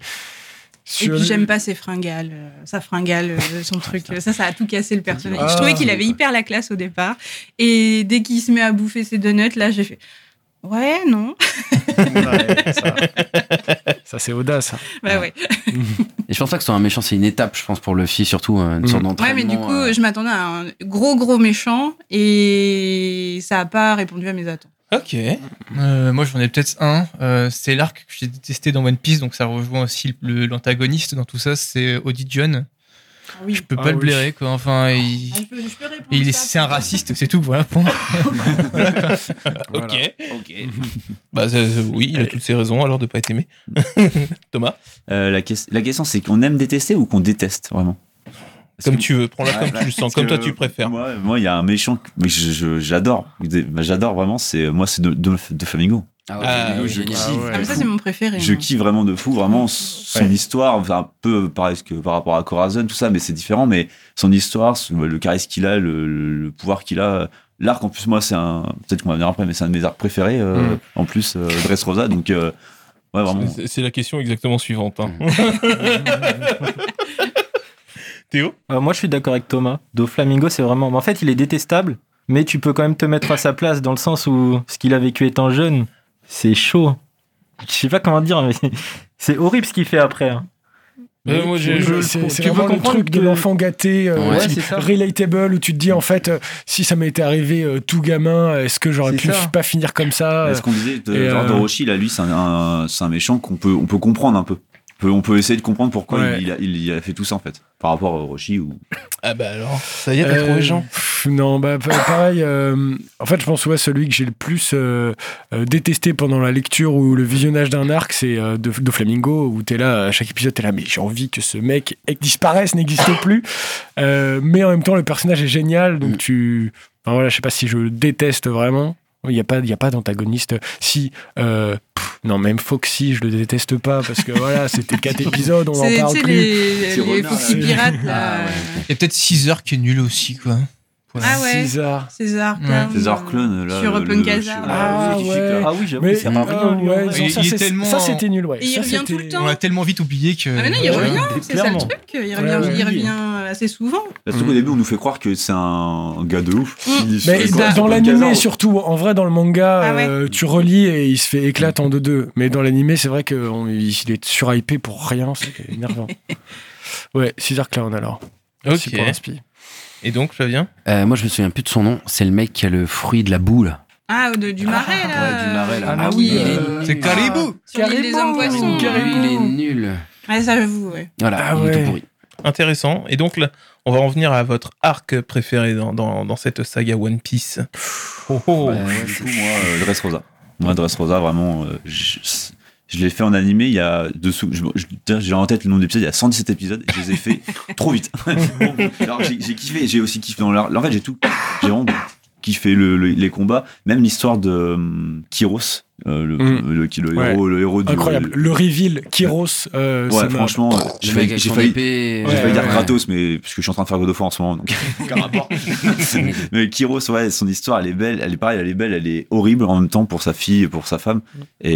S8: Et
S7: sur-
S8: puis j'aime pas ses fringales, euh, sa fringale, euh, son truc, euh, ça, ça a tout cassé le personnage.
S7: Ah.
S8: je trouvais qu'il avait hyper la classe au départ, et dès qu'il se met à bouffer ses donuts, là, j'ai fait ouais, non,
S7: Ouais, ça, ça, c'est audace. hein.
S8: bah ouais.
S4: Et je pense pas que ce soit un méchant, c'est une étape, je pense, pour Luffy, surtout, euh, une
S7: Mm.
S4: sorte
S8: Ouais,
S4: d'entraînement.
S8: mais du coup,
S4: euh,
S8: je m'attendais à un gros gros méchant, et ça a pas répondu à mes attentes.
S2: Ok.
S9: Euh, moi, j'en ai peut-être un. Euh, c'est l'arc que j'ai détesté dans One Piece, donc ça rejoint aussi le- l'antagoniste dans tout ça. C'est Audit John.
S8: Ah Oui. Ah,
S9: Je peux
S7: Ah
S9: pas le
S7: oui.
S9: blairer, quoi. Enfin, il,
S8: peux, répondre.
S9: il est- c'est un raciste, c'est tout, voilà. point.
S7: Voilà.
S2: Ok. Bah, ça- ça- oui, il a toutes ses raisons alors de pas être aimé. Thomas,
S6: Euh, la, ques- la question, c'est qu'on aime détester ou qu'on déteste vraiment Parce
S2: comme
S6: que-
S2: tu veux, prends-la
S6: Ouais,
S2: comme
S6: bah,
S2: tu le sens,
S6: parce
S2: comme toi
S6: que
S2: tu préfères.
S6: Moi, moi, il y a un méchant que mais je- je- j'adore. Bah, J'adore vraiment, c'est moi, c'est de, de, de Flamingo.
S4: Ah ouais,
S2: Ah,
S4: Flamingo,
S2: oui.
S4: je kiffe.
S7: Ah ouais.
S8: Ah, mais ça c'est mon préféré.
S6: Je
S8: moi.
S6: kiffe vraiment de fou, vraiment son
S7: Ouais.
S6: histoire, enfin, un peu pareil que par rapport à Corazon, tout ça, mais c'est différent. Mais son histoire, son- le charisme qu'il a, le, le- le pouvoir qu'il a, l'arc en plus, moi, c'est un. Peut-être qu'on va venir après, mais c'est un de mes arcs préférés. euh,
S7: Mm.
S6: En plus, euh, Dressrosa, donc euh, ouais, vraiment.
S2: C'est- C'est la question exactement suivante. hein. Théo
S3: Euh, moi, je suis d'accord avec Thomas. Doflamingo, c'est vraiment. En fait, il est détestable, mais tu peux quand même te mettre à sa place dans le sens où ce qu'il a vécu étant jeune, c'est chaud. Je sais pas comment dire, mais c'est horrible ce qu'il fait après. hein.
S2: Euh, moi, j'ai-
S7: Oui,
S2: je-
S7: mais c'est- c'est
S3: tu peux
S7: vraiment le
S3: comprendre
S7: truc de
S3: que-
S7: l'enfant gâté, euh,
S4: Ouais,
S7: qui-
S3: c'est ça.
S7: relatable, où tu te dis en fait, euh, si ça m'était arrivé euh, tout gamin, est-ce que j'aurais
S3: C'est
S7: pu
S3: ça.
S7: pas finir comme ça
S6: ce qu'on disait de,
S7: Ah et,
S6: genre
S7: euh,
S6: d'Orochi, là, lui, c'est un, un- c'est un méchant qu'on peut, on peut comprendre un peu. On peut, on peut essayer de comprendre pourquoi
S7: Ouais.
S6: il, il a, il a fait tout ça, en fait, par rapport à Orochi. Ou...
S2: Ah bah alors, ça y est, t'as
S7: Euh,
S2: trouvé Jean.
S7: pff, Non, bah pa- pareil. euh, en fait, je pense ouais, celui que j'ai le plus euh, euh, détesté pendant la lecture ou le visionnage d'un arc, c'est euh, de, de Flamingo, où t'es là, à chaque épisode, t'es là, mais j'ai envie que ce mec ex- disparaisse, n'existe plus. Euh, mais en même temps, le personnage est génial,
S2: Mm.
S7: donc tu. Enfin, voilà, je sais pas si je le déteste vraiment. Il n'y a pas, il y a pas d'antagoniste. Si. euh, pff, non, même Foxy, je le déteste pas parce que voilà, c'était quatre épisodes, on en
S8: C'est tu
S7: parle
S8: sais,
S7: plus.
S8: les, les
S6: Renard,
S8: Foxy
S7: là.
S8: pirates là.
S4: Ah ouais.
S9: Il y a peut-être Caesar qui est nul aussi, quoi.
S8: Ah ouais.
S7: César.
S8: César
S9: Ouais.
S8: Clown.
S6: César Clone, là.
S8: Mmh. Sur
S6: le-
S8: Open
S6: le-
S8: Gaza.
S7: Ah
S6: le-
S7: ouais.
S3: Ah oui, j'avoue,
S7: Mais
S3: c'est un
S7: ah,
S3: peu.
S7: ouais, non,
S9: Il-
S7: ça,
S9: il est
S7: c'est-
S9: tellement-
S7: ça, c'était nul, ouais.
S8: Et il
S7: Ça,
S8: revient tout
S7: c'était-
S8: le
S9: On
S8: temps.
S9: l'a tellement vite oublié que.
S8: Ah mais non, il
S7: Euh, Ouais.
S8: revient, c'est ça le
S3: Clairement.
S8: truc, il
S7: Ouais,
S8: revient,
S7: ouais.
S8: il revient assez souvent.
S6: Surtout qu'au début, on nous fait croire que c'est un gars de ouf.
S8: Mm.
S6: Il se
S7: Mmh. Mais
S6: fait
S8: C'est
S7: dans,
S6: croire
S8: ça.
S7: dans
S6: sur le
S7: l'animé
S6: Gaza.
S7: surtout, en vrai dans le manga,
S8: Ah ouais.
S7: euh, tu relis et il se fait éclate en deux deux. Mais dans l'animé, c'est vrai qu'il est surhypé pour rien, c'est énervant. ouais, César Clown alors. Merci
S2: Ok.
S7: pour l'inspi.
S2: Et donc, Flavien
S4: Euh, moi, je me souviens plus de son nom. C'est le mec qui a le fruit de la boule.
S8: Ah, de- du marais là.
S4: ouais, du marais, là.
S8: Ah
S4: Ah
S8: oui,
S4: oui,
S8: il est-
S4: euh,
S9: C'est Caribou
S8: sur l'île des hommes poissons.
S7: Caribou.
S4: Il est nul.
S8: Ouais, ça j'avoue, ouais.
S4: Voilà,
S7: Ah
S4: il est
S7: ouais.
S4: tout pourri.
S2: Intéressant. Et donc, là, on va en venir à votre arc préféré dans, dans, dans cette saga One Piece. Oh, oh.
S4: Ouais, ouais,
S6: Du
S4: c'est-
S6: coup, moi, euh, Dressrosa. Moi, Dressrosa, vraiment, euh, je, je l'ai fait en animé. Il y a dessous, je- je- tiens, j'ai en tête le nombre d'épisodes. Il y a 117 épisodes. et Je les ai fait trop vite. Alors, j'ai j'ai kiffé. J'ai aussi kiffé dans l'art. En fait, j'ai tout. J'ai vraiment kiffé le- le- les combats. Même l'histoire de euh, Kyros, euh, le,
S7: Mm.
S6: le, qui- le
S7: Ouais.
S6: héros, le héros du. euh,
S7: Incroyable. Le reveal, Kyros, euh,
S6: Ouais,
S7: ça m'a-
S6: franchement, euh,
S4: Le
S6: j'ai
S4: mec
S6: failli,
S4: avec
S6: j'ai
S4: son
S6: failli,
S4: épée,
S6: j'ai
S7: Ouais,
S6: failli
S4: euh,
S6: dire gratos, mais parce que je suis en train de faire God of War en ce moment, donc aucun rapport. mais Kyros, ouais, son histoire, elle est belle, elle est pareille, elle est belle, elle est horrible en même temps pour sa fille et pour sa femme.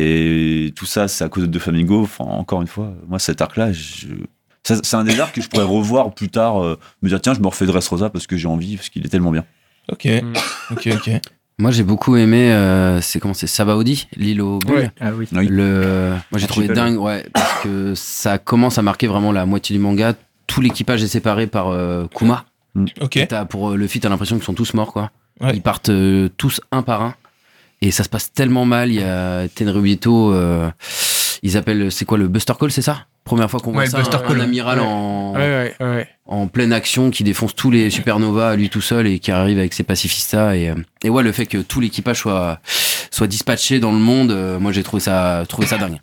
S6: Et tout ça, c'est à cause de Flamingo. Enfin, encore une fois, moi, cet arc-là, je- ça, c'est un des arcs que je pourrais revoir plus tard, euh, me dire tiens, je me refais Dressrosa parce que j'ai envie, parce qu'il est tellement bien.
S2: Ok. Ok, ok.
S4: Moi, j'ai beaucoup aimé. euh, c'est comment c'est Sabaody, l'île aux bulles.
S7: Ouais.
S3: Ah oui.
S6: Oui.
S4: Le,
S9: Ah,
S4: moi j'ai trouvé
S6: Archipel.
S4: dingue, ouais, parce que ça commence à marquer vraiment la moitié du manga. Tout l'équipage est séparé par euh, Kuma.
S9: Mm.
S2: Ok.
S4: Et t'as- pour euh, Luffy, t'as l'impression qu'ils sont tous morts, quoi.
S2: Ouais.
S4: Ils partent euh, tous un par un. Et ça se passe tellement mal. Il y a Tenryubito, euh, ils appellent, c'est quoi le Buster Call, c'est ça Première fois qu'on voit
S9: Ouais, le
S4: ça,
S9: Buster
S4: un,
S9: Call.
S4: un amiral
S7: Ouais.
S4: en,
S7: Ouais, ouais, ouais.
S4: en pleine action qui défonce tous les supernovas à lui tout seul et qui arrive avec ses pacifistas et, euh, et ouais le fait que tout l'équipage soit soit dispatché dans le monde euh, moi j'ai trouvé ça trouvé ça dingue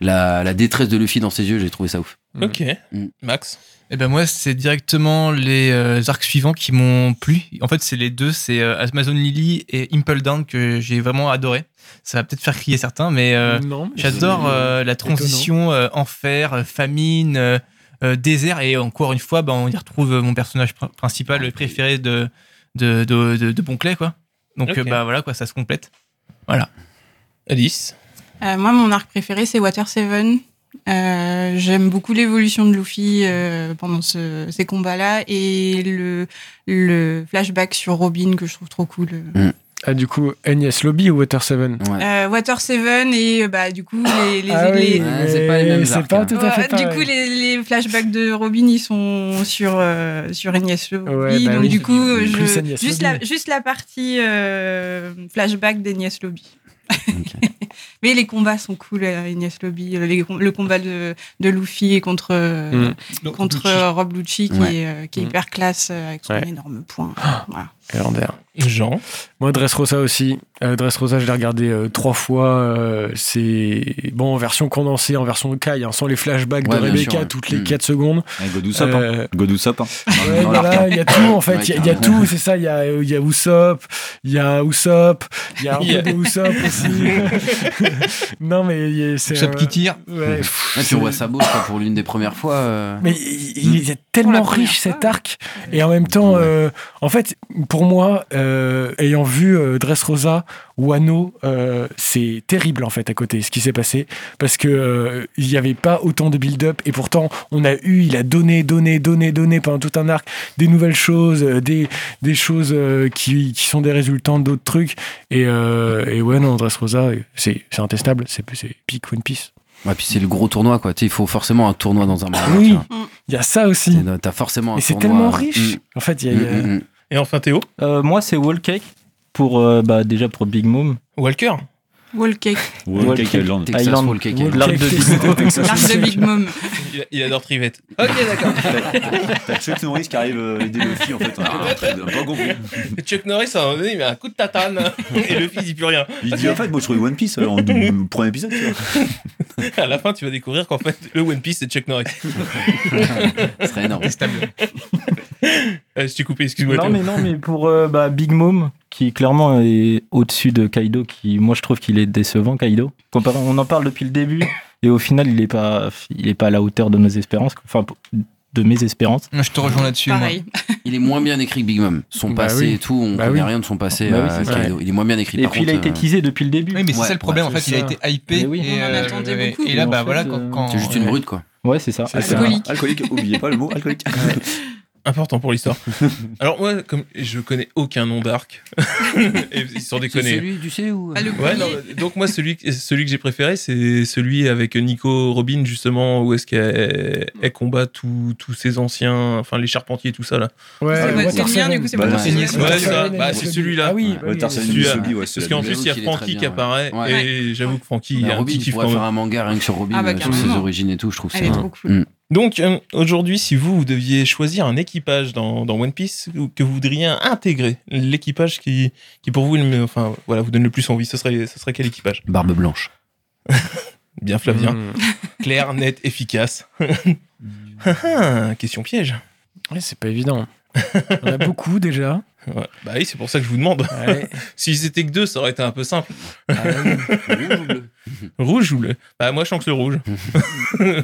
S4: la, la détresse de Luffy dans ses yeux j'ai trouvé ça ouf
S2: Ok.
S4: Mm.
S2: Max.
S9: Et ben moi, c'est directement les euh, arcs suivants qui m'ont plu. En fait, c'est les deux, c'est euh, Amazon Lily et Impel Down que j'ai vraiment adoré. Ça va peut-être faire crier certains, mais euh,
S7: non, mais
S9: j'adore
S7: c'est-
S9: euh, la transition euh, enfer, euh, famine, euh, euh, désert et encore une fois, ben, on y retrouve mon personnage pr-
S2: Ah,
S9: principal préféré de de de, de, de Bonclay, quoi. Donc
S2: Ok.
S9: euh, bah voilà quoi, ça se complète.
S2: Alice.
S8: Euh, moi, mon arc préféré, c'est Water Seven. Euh, J'aime beaucoup l'évolution de Luffy euh, pendant ce- ces combats-là et le, le flashback sur Robin que je trouve trop cool.
S7: Ah, du coup, NES Lobby ou Water 7
S4: ouais.
S8: Euh, Water Seven et euh, bah, du coup, les, les,
S7: Ah oui,
S8: les-
S4: Ouais, c'est pas les mêmes
S7: mais
S4: arcs,
S7: C'est pas
S4: hein.
S7: tout à fait
S8: Ouais, du
S7: pareil.
S8: coup, les, les flashbacks de Robin, ils sont sur, euh, sur Agnès Lobby.
S7: Ouais, bah
S8: donc,
S7: oui.
S8: du coup,
S7: Plus
S8: je-
S7: Agnès
S8: juste,
S7: Lobby.
S8: la, juste la partie euh, flashback d'Agnès Lobby.
S4: Ok.
S8: Mais les combats sont cool à Agnès Lobby. euh, Les com- le combat de, de Luffy contre, euh, contre euh, Rob Lucci, qui,
S4: Ouais.
S8: est, euh, qui est
S7: Mm.
S8: hyper classe euh, avec son
S7: Ouais. Ah.
S8: énorme point. Voilà.
S7: Légendaire.
S2: Jean.
S7: Moi, Dressrosa aussi. Euh, Dressrosa, je l'ai regardé euh, trois fois. euh, c'est bon en version condensée, en version caille, hein, sans les flashbacks
S4: Ouais,
S7: de
S4: bien
S7: Rebecca
S4: sûr, ouais.
S7: toutes les
S4: Mm.
S7: 4 secondes.
S6: Ouais, Godou Sop, hein.
S7: Euh,
S6: Godou Sop, hein. Dans-
S7: ouais,
S6: dans
S7: voilà,
S6: l'arc, hein.
S7: il y a tout en
S4: Ouais,
S7: fait. Il y a- il y, a
S4: carrément.
S7: tout, c'est ça. Il y a, euh, il y a Usopp, il y a Usopp, il y a un
S2: Il y a-
S7: peu de Usopp aussi. non, mais il y a- c'est.
S9: Chop
S7: un-
S9: qui tire.
S7: Ouais,
S4: Là,
S7: pff,
S4: tu vois
S7: c'est-
S4: Sabo je crois, pour l'une des premières fois euh,
S7: mais il, il est tellement
S8: première
S7: riche
S8: fois.
S7: cet arc. Et en même temps,
S4: Ouais.
S7: euh, en fait, pour moi, euh, ayant vu euh, Dressrosa, Wano, euh, c'est terrible en fait à côté ce qui s'est passé. Parce que euh, il n'y avait pas autant de build-up. Et pourtant, on a eu, il a donné, donné, donné, donné pendant tout un arc des nouvelles choses, euh, des, des choses euh, qui, qui sont des résultants d'autres trucs. Et, euh, et ouais, non, Dressrosa, c'est c'est intestable. C'est c'est peak One Piece.
S4: ouais puis c'est le gros tournoi quoi Tu sais, il faut forcément un tournoi dans un manga
S7: Oui,
S4: tu vois.
S7: il y a ça aussi.
S4: T'as- t'as forcément un
S7: Et c'est
S4: tournoi,
S7: tellement
S4: euh,
S7: riche. En fait, il y a.
S4: mm,
S7: il y a-
S4: mm, mm, mm.
S2: Et enfin Théo.
S3: Euh, moi, c'est Wall Cake pour euh, bah, déjà pour Big Mom.
S2: Walker.
S8: Wall Cake,
S6: Ouais,
S3: Ouais,
S6: Cake
S3: Cake.
S6: Island.
S4: Texas
S3: Island.
S4: Roll Cake
S3: Wall
S4: Island.
S3: L'arc de Big Mom.
S8: l'arc de Big Mom.
S2: Il, il adore Trivette. Ok d'accord.
S6: T'as Chuck Norris qui arrive euh, aider Luffy en fait. On a un truc, on a pas compris.
S2: Chuck Norris à un moment donné, il met un coup de tatane et le fils dit plus rien.
S6: Il dit en fait, moi je trouvais One Piece euh, en dou- premier épisode. Tu vois.
S2: À la fin, tu vas découvrir qu'en fait, le One Piece c'est Chuck Norris.
S4: Ce serait énorme
S2: Euh, je t'ai coupé, excuse-moi.
S3: Non
S2: Théo.
S3: mais non mais pour euh, bah, Big Mom qui clairement est au-dessus de Kaido qui moi je trouve qu'il est décevant Kaido. Comparé- on en parle depuis le début et au final il est pas il est pas à la hauteur de nos espérances quoi. enfin de mes espérances.
S9: Je te rejoins là-dessus. moi.
S8: Pareil.
S4: il est moins bien écrit que Big Mom son
S7: Bah
S4: passé
S7: oui.
S4: et tout on
S7: Bah
S4: connaît
S7: oui.
S4: rien de son passé
S3: Bah oui,
S4: euh,
S3: c'est
S4: Kaido. il est moins bien écrit
S3: Et
S4: par
S3: puis il a
S4: contre,
S3: été
S4: euh,
S3: teasé depuis le début.
S9: Oui, mais c'est
S4: Ouais,
S9: ça le problème,
S4: ouais,
S9: en fait,
S7: c'est
S9: il a
S7: ça.
S9: été hypé.
S3: Mais oui.
S9: et,
S8: On en
S9: euh,
S8: attendait
S9: et-
S8: beaucoup.
S9: Et là,
S3: Mais
S9: bah
S3: en
S9: voilà,
S3: fait,
S9: quand.
S3: euh,
S9: quand-
S4: c'est juste une brute quoi
S3: Ouais c'est ça.
S7: C'est ça.
S8: Alcoolique.
S6: Alcoolique, oubliez pas le mot alcoolique.
S2: Important pour l'histoire. Alors moi, comme je connais aucun nom d'arc, et sans déconner.
S4: tu sais où
S8: Pas Ah, le
S2: Ouais,
S8: premier.
S2: non, mais- donc moi celui celui que j'ai préféré c'est celui avec Nico Robin justement où est-ce qu'elle elle combat tous tous ses anciens enfin les charpentiers tout ça là.
S8: C'est
S7: Ouais,
S8: le- c'est le mien, du coup, c'est
S6: Bah,
S8: pas
S6: non, c'est
S8: le
S2: Nice, ouais, ça. Bah, c'est celui-là.
S7: Ah oui,
S4: Ouais,
S7: bah oui,
S6: Water
S7: oui,
S6: Sun
S7: oui.
S6: Lulu
S2: Celui-là.
S6: Sub, ouais, c'est
S4: Parce
S6: la
S2: Parce qu'en
S4: Mais
S2: plus
S4: j'avoue
S2: il y a
S4: qu'il est très
S2: Frankie
S4: bien,
S2: qui
S4: ouais.
S2: apparaît
S4: Ouais.
S2: et j'avoue que Frankie il y
S4: Bah,
S2: a un
S4: Robin,
S2: petit
S4: il
S2: kiff hein.
S4: pourrait
S2: quand
S4: faire
S2: même.
S4: un manga rien que sur Robin
S8: Ah bah,
S4: euh, sur ses
S8: carrément.
S4: origines et tout, je trouve ça.
S8: Elle est trop cool.
S4: Mm.
S2: Donc euh, aujourd'hui si vous, vous deviez choisir un équipage dans, dans One Piece ou que vous voudriez intégrer, l'équipage qui qui pour vous est le me- enfin voilà vous donne le plus envie, ce serait ce serait quel équipage
S4: Barbe blanche.
S2: Bien Flavien,
S7: Mm.
S2: clair, net, efficace.
S7: Hmm.
S2: Ah, ah, Question piège.
S7: Ouais, c'est pas évident. On a beaucoup déjà.
S2: Ouais. Bah oui, c'est pour ça que je vous demande.
S7: Ouais. Ah,
S2: S'ils étaient que deux, ça aurait été un peu simple. Rouge ou bleu Bah moi je sens que le rouge.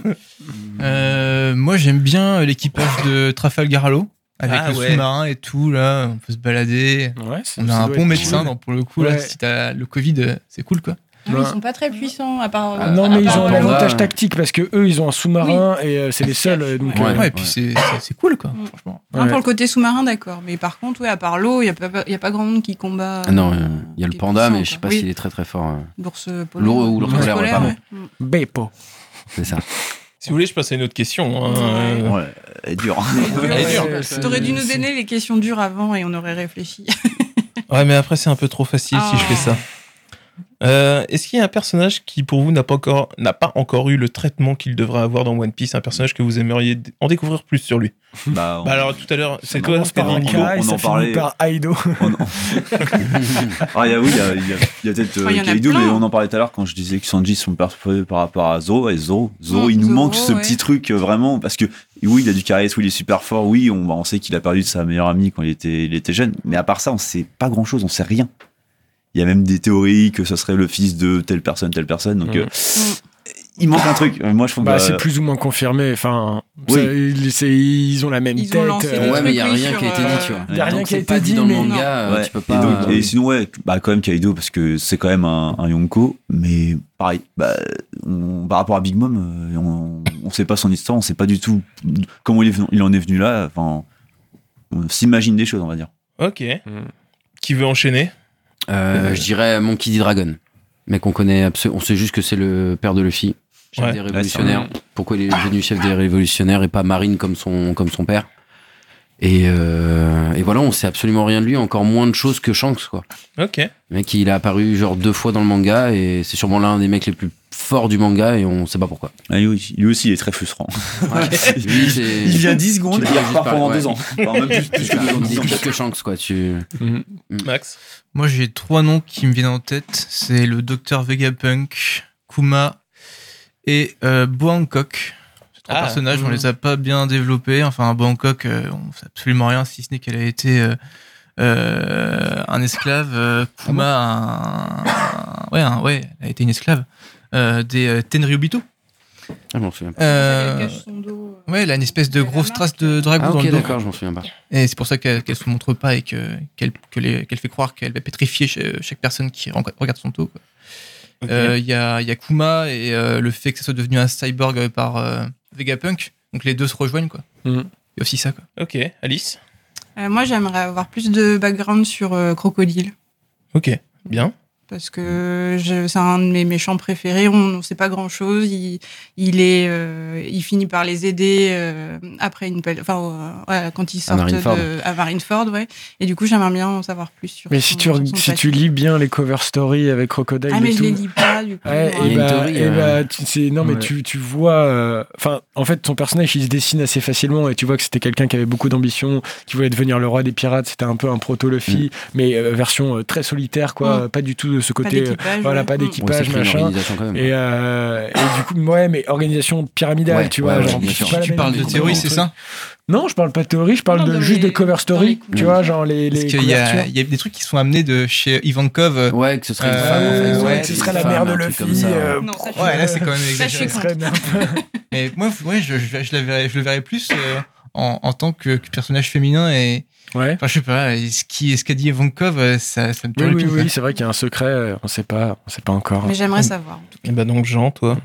S9: Euh, moi, j'aime bien l'équipage de Trafalgar Law, avec
S2: Ah
S9: le
S2: ouais.
S9: sous-marin et tout. Là, on peut se balader.
S7: Ouais, ça-
S9: On a
S7: ça
S9: un
S7: doit
S9: bon
S7: être
S9: médecin,
S7: cool.
S9: donc, pour le coup. Là,
S7: Ouais.
S9: si t'as le Covid, euh, c'est cool, quoi.
S8: Ah oui, ils sont pas très puissants, à part. euh,
S4: Ah,
S7: Bah. non,
S8: à
S7: mais ils
S8: part-
S7: ont
S4: Ah,
S7: un
S4: bah,
S7: avantage
S8: euh,
S4: ouais.
S7: tactique parce que eux, ils ont un sous-marin et euh, c'est les seuls. euh, Donc,
S4: Ouais.
S7: euh,
S9: et puis c'est- c'est c'est cool, quoi,
S8: Mm.
S9: franchement.
S8: Hein, pour
S7: ouais.
S8: le côté sous-marin, d'accord. Mais par contre, ouais, à part l'eau, il n'y a, pas- y a pas grand monde qui combat.
S4: Ah non,
S8: euh,
S4: euh, il y a le
S8: qui est
S4: panda,
S8: puissant,
S4: mais je sais
S8: quoi.
S4: pas
S8: Oui,
S4: s'il est très très fort. euh,
S8: L'ours Mm.
S4: L'ours- ou l'ours polaire, ouais, pardon.
S8: ouais.
S2: Ben,
S7: Beppo.
S4: C'est ça.
S2: Si vous voulez, je passe à une autre question. hein.
S8: Ouais.
S6: Ouais, elle est dure.
S2: Ouais, dur.
S7: ouais,
S8: Mm.
S7: c'est-
S8: T'aurais dû nous
S7: c'est-
S8: donner les questions dures avant et on aurait réfléchi.
S2: Ouais, mais après c'est un peu trop facile si
S8: Ah.
S2: je fais ça. Euh, Est-ce qu'il y a un personnage qui, pour vous, n'a pas, encore- n'a pas encore eu le traitement qu'il devrait avoir dans One Piece Un personnage que vous aimeriez d- en découvrir plus sur lui
S6: Bah, on-
S2: Bah Alors, tout à l'heure, c'est
S6: Ça
S2: toi,
S6: commence par
S2: Pedro,
S6: un
S2: qui-
S6: cas. on- on en parlait.
S7: par Aido.
S6: Oh non. ah, il y a, oui, il y a, il y a- il y a peut-être euh,
S8: Oh, il y en a
S6: Kaido,
S8: plein.
S6: mais on en parlait tout à l'heure quand je disais que Sanji sont perturbés par rapport à Zoro. Et Zoro, Zoro
S8: Mm,
S6: il nous
S8: Zoro,
S6: manque ce
S8: ouais.
S6: petit truc euh, vraiment parce que oui, il a du charisme, oui, il est super fort. Oui, on, bah, on sait qu'il a perdu de sa meilleure amie quand il était, il était jeune, mais à part ça, on sait pas grand chose, on sait rien. Il y a même des théories que ce serait le fils de telle personne, telle personne. Donc,
S7: Mm.
S6: euh, il manque un truc. Euh, Moi, je trouve
S7: Bah,
S6: que,
S7: c'est
S6: euh,
S7: plus ou moins confirmé. Enfin,
S6: Oui.
S7: ça, il- c'est- ils ont la même
S8: Ils ont
S7: tête.
S8: lancé
S7: euh,
S8: le
S4: Ouais, mais il y a
S8: truc, oui,
S4: rien qui a
S8: sur,
S4: été
S8: euh,
S4: dit, tu vois.
S7: Il y a rien
S4: Tant que
S7: qui a
S4: c'est pas
S7: été
S4: dit,
S7: dit,
S4: dans le
S7: mais
S4: manga, euh,
S6: ouais.
S4: tu peux
S6: et,
S4: pas.
S6: donc- et sinon, ouais, bah, quand même Kaido, parce que c'est quand même un, un Yonko, mais pareil, bah, on- par rapport à Big Mom, euh, on, on sait pas son histoire, on sait pas du tout comment il, est venu- il en est venu là, enfin, on s'imagine des choses, on va dire.
S2: Ok. Qui veut enchaîner
S4: Euh, je dirais Monkey D. Dragon. Mais qu'on connaît absolu- on sait juste que c'est le père de Luffy, chef
S2: Ouais.
S4: des révolutionnaires. Pourquoi il est devenu chef des révolutionnaires et pas marine comme son, comme son père et, euh, et voilà, on sait absolument rien de lui, encore moins de choses que Shanks, quoi.
S2: Ok.
S4: Le mec, il a apparu genre deux fois dans le manga et c'est sûrement l'un des mecs les plus forts du manga et on sait pas pourquoi.
S6: Ah, lui, aussi- lui aussi, il est très frustrant.
S4: Lui, c'est-
S6: Il vient 10 secondes
S4: Tu
S6: et il
S4: peux
S6: repart
S4: juste
S6: pendant
S4: parler,
S6: 2
S4: ouais.
S6: ans. Enfin, même plus, plus
S4: c'est
S6: que deux ans,
S4: un-
S6: dix
S4: c'est
S6: ans.
S4: plus que Shanks, quoi. Tu...
S9: Mhm.
S2: Mm. Max
S9: Moi, j'ai trois noms qui me viennent en tête. C'est le Docteur Vegapunk, Kuma et euh, Bo Hancock. Ces trois
S2: Ah,
S9: personnages, on
S2: mhm.
S9: les a pas bien développés. Enfin, Bo Hancock, euh, on sait absolument rien, si ce n'est qu'elle a été euh, euh, un esclave. euh, Kuma,
S2: Ah
S9: un- Ouais, un- ouais, elle a été une esclave. euh, des euh, Tenryubito.
S4: Ah, je m'en souviens pas.
S9: Euh,
S8: Elle cache son dos.
S9: ouais, elle a une espèce de
S8: Elle a la marque,
S9: grosse
S8: euh,
S9: trace de dragon
S4: Ah,
S9: dans
S4: ok,
S9: le dos.
S4: d'accord, je m'en souviens pas.
S9: Et c'est pour ça qu'elle qu'elle se montre pas et que- qu'elle que les- qu'elle fait croire qu'elle va pétrifier cha- chaque personne qui ren- regarde son dos. quoi.
S2: Ok.
S9: Euh, Il y, a, il y a Kuma et euh, le fait que ça soit devenu un cyborg euh, par euh, Vegapunk. Donc les deux se rejoignent. quoi. Il
S7: Mhm.
S9: y a aussi ça. Quoi.
S2: Hmm. Ok. Alice
S8: Euh, moi, j'aimerais avoir plus de background sur euh, Crocodile.
S2: Ok. Bien.
S8: parce que je- c'est un de mes méchants préférés. On ne sait pas grand chose. Il, il est, euh, il finit par les aider euh, après une, pel- enfin, euh, ouais, quand ils sortent
S4: Marineford.
S8: de- à Marineford, ouais. Et du coup, j'aimerais bien en savoir plus sur.
S7: Mais
S8: son-
S7: si tu,
S8: sur son
S7: si
S8: passé.
S7: tu lis bien les cover stories avec Crocodile
S8: ah mais
S7: et
S8: je
S7: tout,
S8: les lis pas du coup.
S7: Ouais,
S8: Ouais.
S4: il y
S7: et
S4: a une
S7: bah,
S4: théorie,
S7: et
S4: euh.
S7: bah, tu- c'est- non,
S4: Ouais.
S7: mais tu, tu vois. euh, Enfin, en fait, ton personnage, il se dessine assez facilement et tu vois que c'était quelqu'un qui avait beaucoup d'ambition, qui voulait devenir le roi des pirates. C'était un peu un proto-Luffy,
S4: Mm.
S7: mais euh, version euh, très solitaire, quoi.
S8: Mm.
S7: Pas du tout de ce
S8: pas
S7: côté. euh,
S8: d'équipage.
S7: voilà,
S8: ouais.
S7: pas
S8: Mm.
S4: Ouais, ça
S7: d'équipage,
S4: crée une
S7: machin.
S4: organisation quand même.
S7: Et, euh, et du coup, ouais, mais organisation pyramidale,
S4: Ouais,
S7: tu
S4: ouais,
S7: vois.
S4: ouais,
S7: genre,
S4: bien
S7: c'est
S4: sûr.
S7: pas la
S9: Tu
S7: même
S9: parles de théorie, c'est ça
S7: Non, je parle pas de théorie, je parle
S8: Non,
S7: de
S8: dans
S7: juste
S8: les-
S7: des cover stories,
S8: dans les
S7: tu vois, genre les,
S9: Parce
S7: les
S9: qu'il y, a
S7: couvertures.
S9: il y a des trucs qui sont amenés de chez Ivankov. euh,
S4: Ouais, que ce serait une
S9: Euh,
S4: femme, en fait.
S9: ouais,
S4: Ouais,
S9: ce
S4: une
S9: serait la
S4: femme,
S7: mère de
S4: un truc
S7: Luffy,
S4: comme ça. hein.
S7: euh,
S8: Non, ça, je-
S9: Ouais, là c'est quand même
S8: Ça, je
S9: exagéré.
S8: suis
S7: Ce serait n'importe-
S9: Mais moi, ouais, je, je, je la verrais- je le verrais plus euh, en, en tant que, que personnage féminin. Et,
S7: Ouais.
S9: enfin, je sais pas, et ce qui- ce qu'a dit Ivankov, euh, ça, ça me
S7: Oui,
S9: plaît
S7: oui,
S9: tout. quoi.
S7: oui, c'est vrai qu'il y a un secret, euh, on sait pas, on sait pas encore.
S8: Mais j'aimerais savoir. en tout
S2: Et bah donc, Jean, toi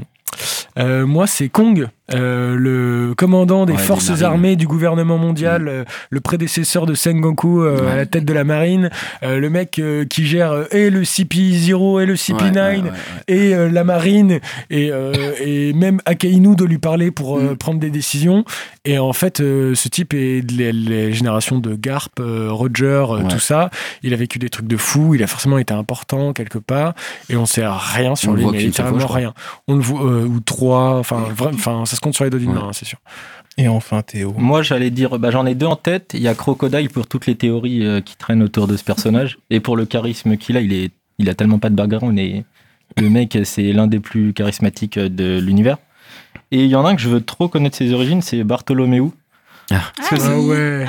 S7: Euh, moi, c'est Kong, euh, le commandant des
S4: Ouais, des
S7: forces
S4: marines.
S7: armées du gouvernement mondial, euh, le prédécesseur de Sengoku
S4: Mm.
S7: euh,
S4: Ouais.
S7: à la tête de la marine, euh, le mec euh, qui gère euh, et le CP0 et le CP9
S4: Ouais, ouais, ouais, ouais.
S7: et euh, la marine et, euh, et même Akainu de lui parler pour
S4: Mm.
S7: euh, prendre des décisions. Et en fait, euh, ce type est de les, les générations de Garp, euh, Roger, euh,
S4: Ouais.
S7: tout ça. Il a vécu des trucs de fou. Il a forcément été important quelque part. Et on sait rien sur
S4: On le
S7: lui,
S4: voit
S7: mais
S4: qu'une seule fois,
S7: littéralement
S4: je crois.
S7: rien. On le voit euh, ou trois. Enfin, vraiment, enfin, ça se compte sur les doigts d'une
S4: Ouais.
S7: main, hein, c'est sûr.
S2: Et enfin, Théo.
S3: Moi, j'allais dire, bah, j'en ai deux en tête. Il y a Crocodile pour toutes les théories euh, qui traînent autour de ce personnage. Et pour le charisme qu'il a, il, est, il a tellement pas de background. Et le mec, c'est l'un des plus charismatiques euh, de l'univers. Et il y en a un que je veux trop connaître ses origines, c'est Bartholoméu.
S8: cas.
S7: Ah
S8: oui.
S7: ouais.
S8: Ah,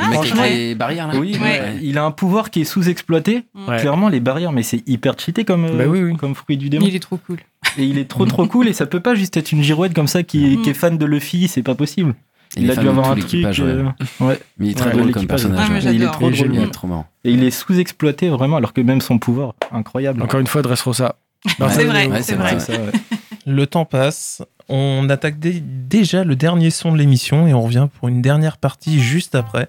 S4: Le mec
S8: ouais.
S4: avec les barrières là.
S3: Oui,
S8: Ouais. Mm.
S3: il a un pouvoir qui est sous-exploité.
S7: Ouais.
S3: Clairement, les barrières, mais c'est hyper cheaté comme, euh,
S7: Bah oui, oui.
S3: comme fruit du démon.
S8: Il est trop cool.
S3: Et il est trop trop cool. Et ça peut pas juste être une girouette comme ça qui,
S8: Mm.
S3: qui est fan de Luffy, c'est pas possible.
S4: Il,
S3: il
S4: est
S3: a
S4: fan
S3: dû
S4: de
S3: avoir
S4: tout
S3: un truc.
S4: l'équipage, ouais.
S3: euh, ouais.
S4: Mais il est très
S3: Ouais,
S4: drôle
S3: de
S4: comme
S3: l'équipage.
S4: personnage.
S8: Ouais, mais
S4: ouais.
S8: Ah, j'adore.
S3: il est trop
S8: Il est
S3: drôle.
S4: Il
S8: génial.
S4: est trop marrant.
S3: Et il est sous-exploité vraiment, alors que même son pouvoir, incroyable.
S7: Encore une fois, Dressrosa.
S8: C'est vrai,
S4: ouais,
S8: c'est
S4: c'est vrai.
S8: vrai.
S3: C'est ça, ouais.
S2: Le temps passe. On attaque dé- déjà le dernier son de l'émission et on revient pour une dernière partie juste après.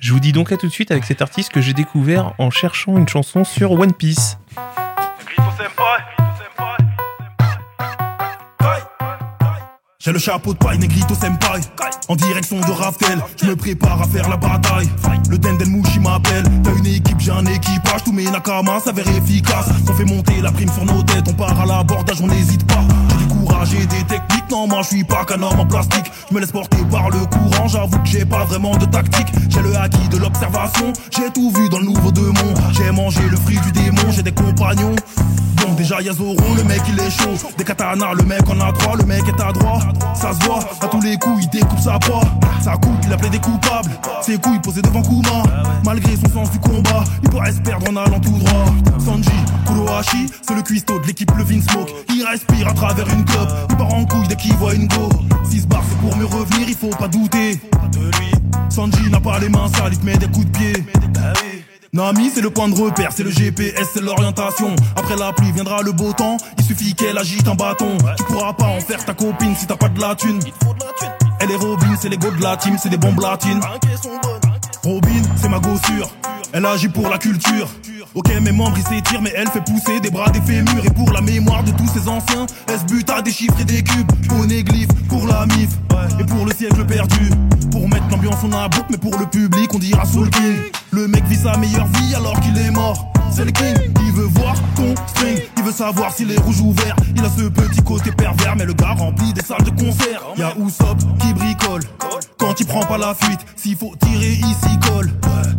S2: Je vous dis donc à tout de suite avec cet artiste que j'ai découvert en cherchant une chanson sur One Piece.
S10: J'ai le chapeau de paille, Negrito Senpai En direction de Raftel, je me prépare à faire la bataille Le Dendel Mouchi m'appelle, t'as une équipe, j'ai un équipage Tous mes nakamas s'avèrent efficaces On fait monter la prime sur nos têtes, on part à l'abordage, on n'hésite pas J'ai du courage et des techniques, non moi je suis pas qu'un homme en plastique Je me laisse porter par le courant, j'avoue que j'ai pas vraiment de tactique J'ai le acquis de l'observation, j'ai tout vu dans le nouveau de mon J'ai mangé le fruit du démon, j'ai des compagnons Bon déjà y'a Zoro, le mec il est chaud Des katanas, le mec en a trois, le mec est à droite ça se voit, à tous les coups il découpe sa proie Ça coupe, il appelait des coupables Ses couilles posées devant Kuma Malgré son sens du combat Il pourrait se perdre en allant tout droit Sanji, Kurohashi C'est le cuistot de l'équipe Levin Smoke Il respire à travers une clope Il part en couille dès qu'il voit une go Si se barre c'est pour mieux revenir Il faut pas douter Sanji n'a pas les mains sales Il te met des coups de pied Nami, c'est le point de repère, c'est le GPS, c'est l'orientation. Après la pluie viendra le beau temps, il suffit qu'elle agite un bâton. Tu pourras pas en faire ta copine si t'as pas de la thune. Hein? Elle est Robin, c'est les go de la team, c'est des bombes latines. Robin, c'est ma gossure, elle agit pour la culture. Ok, mes membres ils s'étirent, mais elle fait pousser des bras des fémurs. Et pour la mémoire de tous ces anciens, elle se bute à des chiffres et des cubes. Poneglyphe pour la mif, et pour le siècle perdu. Pour mettre l'ambiance, on a un bouc, mais pour le public, on dira Soul King. Le mec vit sa meilleure vie alors qu'il est mort. C'est le king, il veut voir ton string, il veut savoir s'il est rouge ou vert. Il a ce petit côté pervers, mais le gars remplit des salles de concert. Y'a Usopp qui bricole quand il prend pas la fuite. S'il faut tirer, il s'y colle.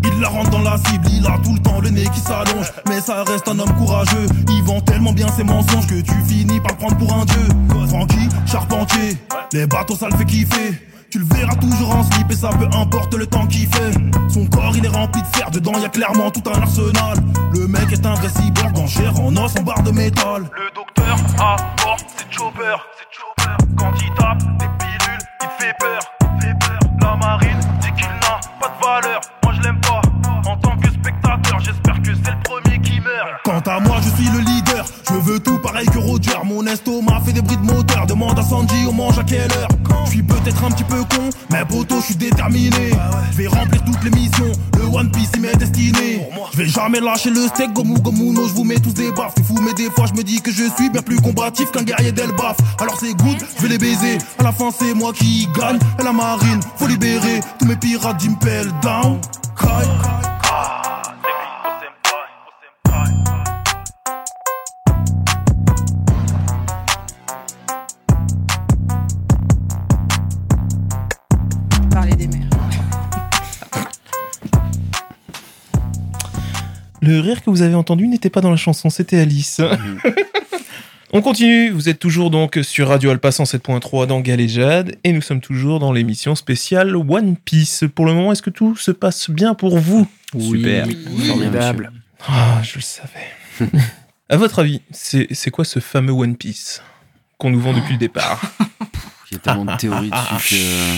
S10: Il la rentre dans la cible, il a tout le temps le nez qui s'allonge. Mais ça reste un homme courageux, il vend tellement bien ses mensonges que tu finis par le prendre pour un dieu. Francky, charpentier, les bateaux ça le fait kiffer. Tu le verras toujours en slip et ça peu importe le temps qu'il fait Son corps il est rempli de fer, dedans y a clairement tout un arsenal Le mec est un vrai cyborg en chair, en os, en barre de métal Le docteur à bord, c'est Chopper, c'est Chopper Quand il tape des pilules, il te fait peur, il te fait peur La marine dit qu'il n'a pas de valeur, moi je l'aime pas En tant que spectateur, j'espère que c'est le premier qui meurt Quant à moi je suis le leader, je veux tout pareil que Roger Mon estomac fait des bruits de moteur, demande à Sandy on mange à quelle heure Je suis peut-être un petit peu con, mais poteau je suis déterminé Je vais remplir toutes les missions, le One Piece il m'est destiné Je vais jamais lâcher le steak, Gomu Gomu non je vous mets tous des baffes C'est fou mais des fois je me dis que je suis bien plus combatif qu'un guerrier d'Elbaf Alors c'est good, je vais les baiser, à la fin c'est moi qui gagne Et la marine, faut libérer tous mes pirates d'Impel Down Kai.
S8: Parler des mères.
S2: Le rire que vous avez entendu n'était pas dans la chanson, c'était Alice. On continue, vous êtes toujours donc sur Radio Alpa 107.3 dans Galéjade et nous sommes toujours dans l'émission spéciale One Piece. Pour le moment, est-ce que tout se passe bien pour vous
S6: Super.
S4: Formidable.
S2: Ah, je le savais. à votre avis, c'est c'est quoi ce fameux One Piece qu'on nous vend depuis le départ
S4: Il y a tellement de théories dessus que.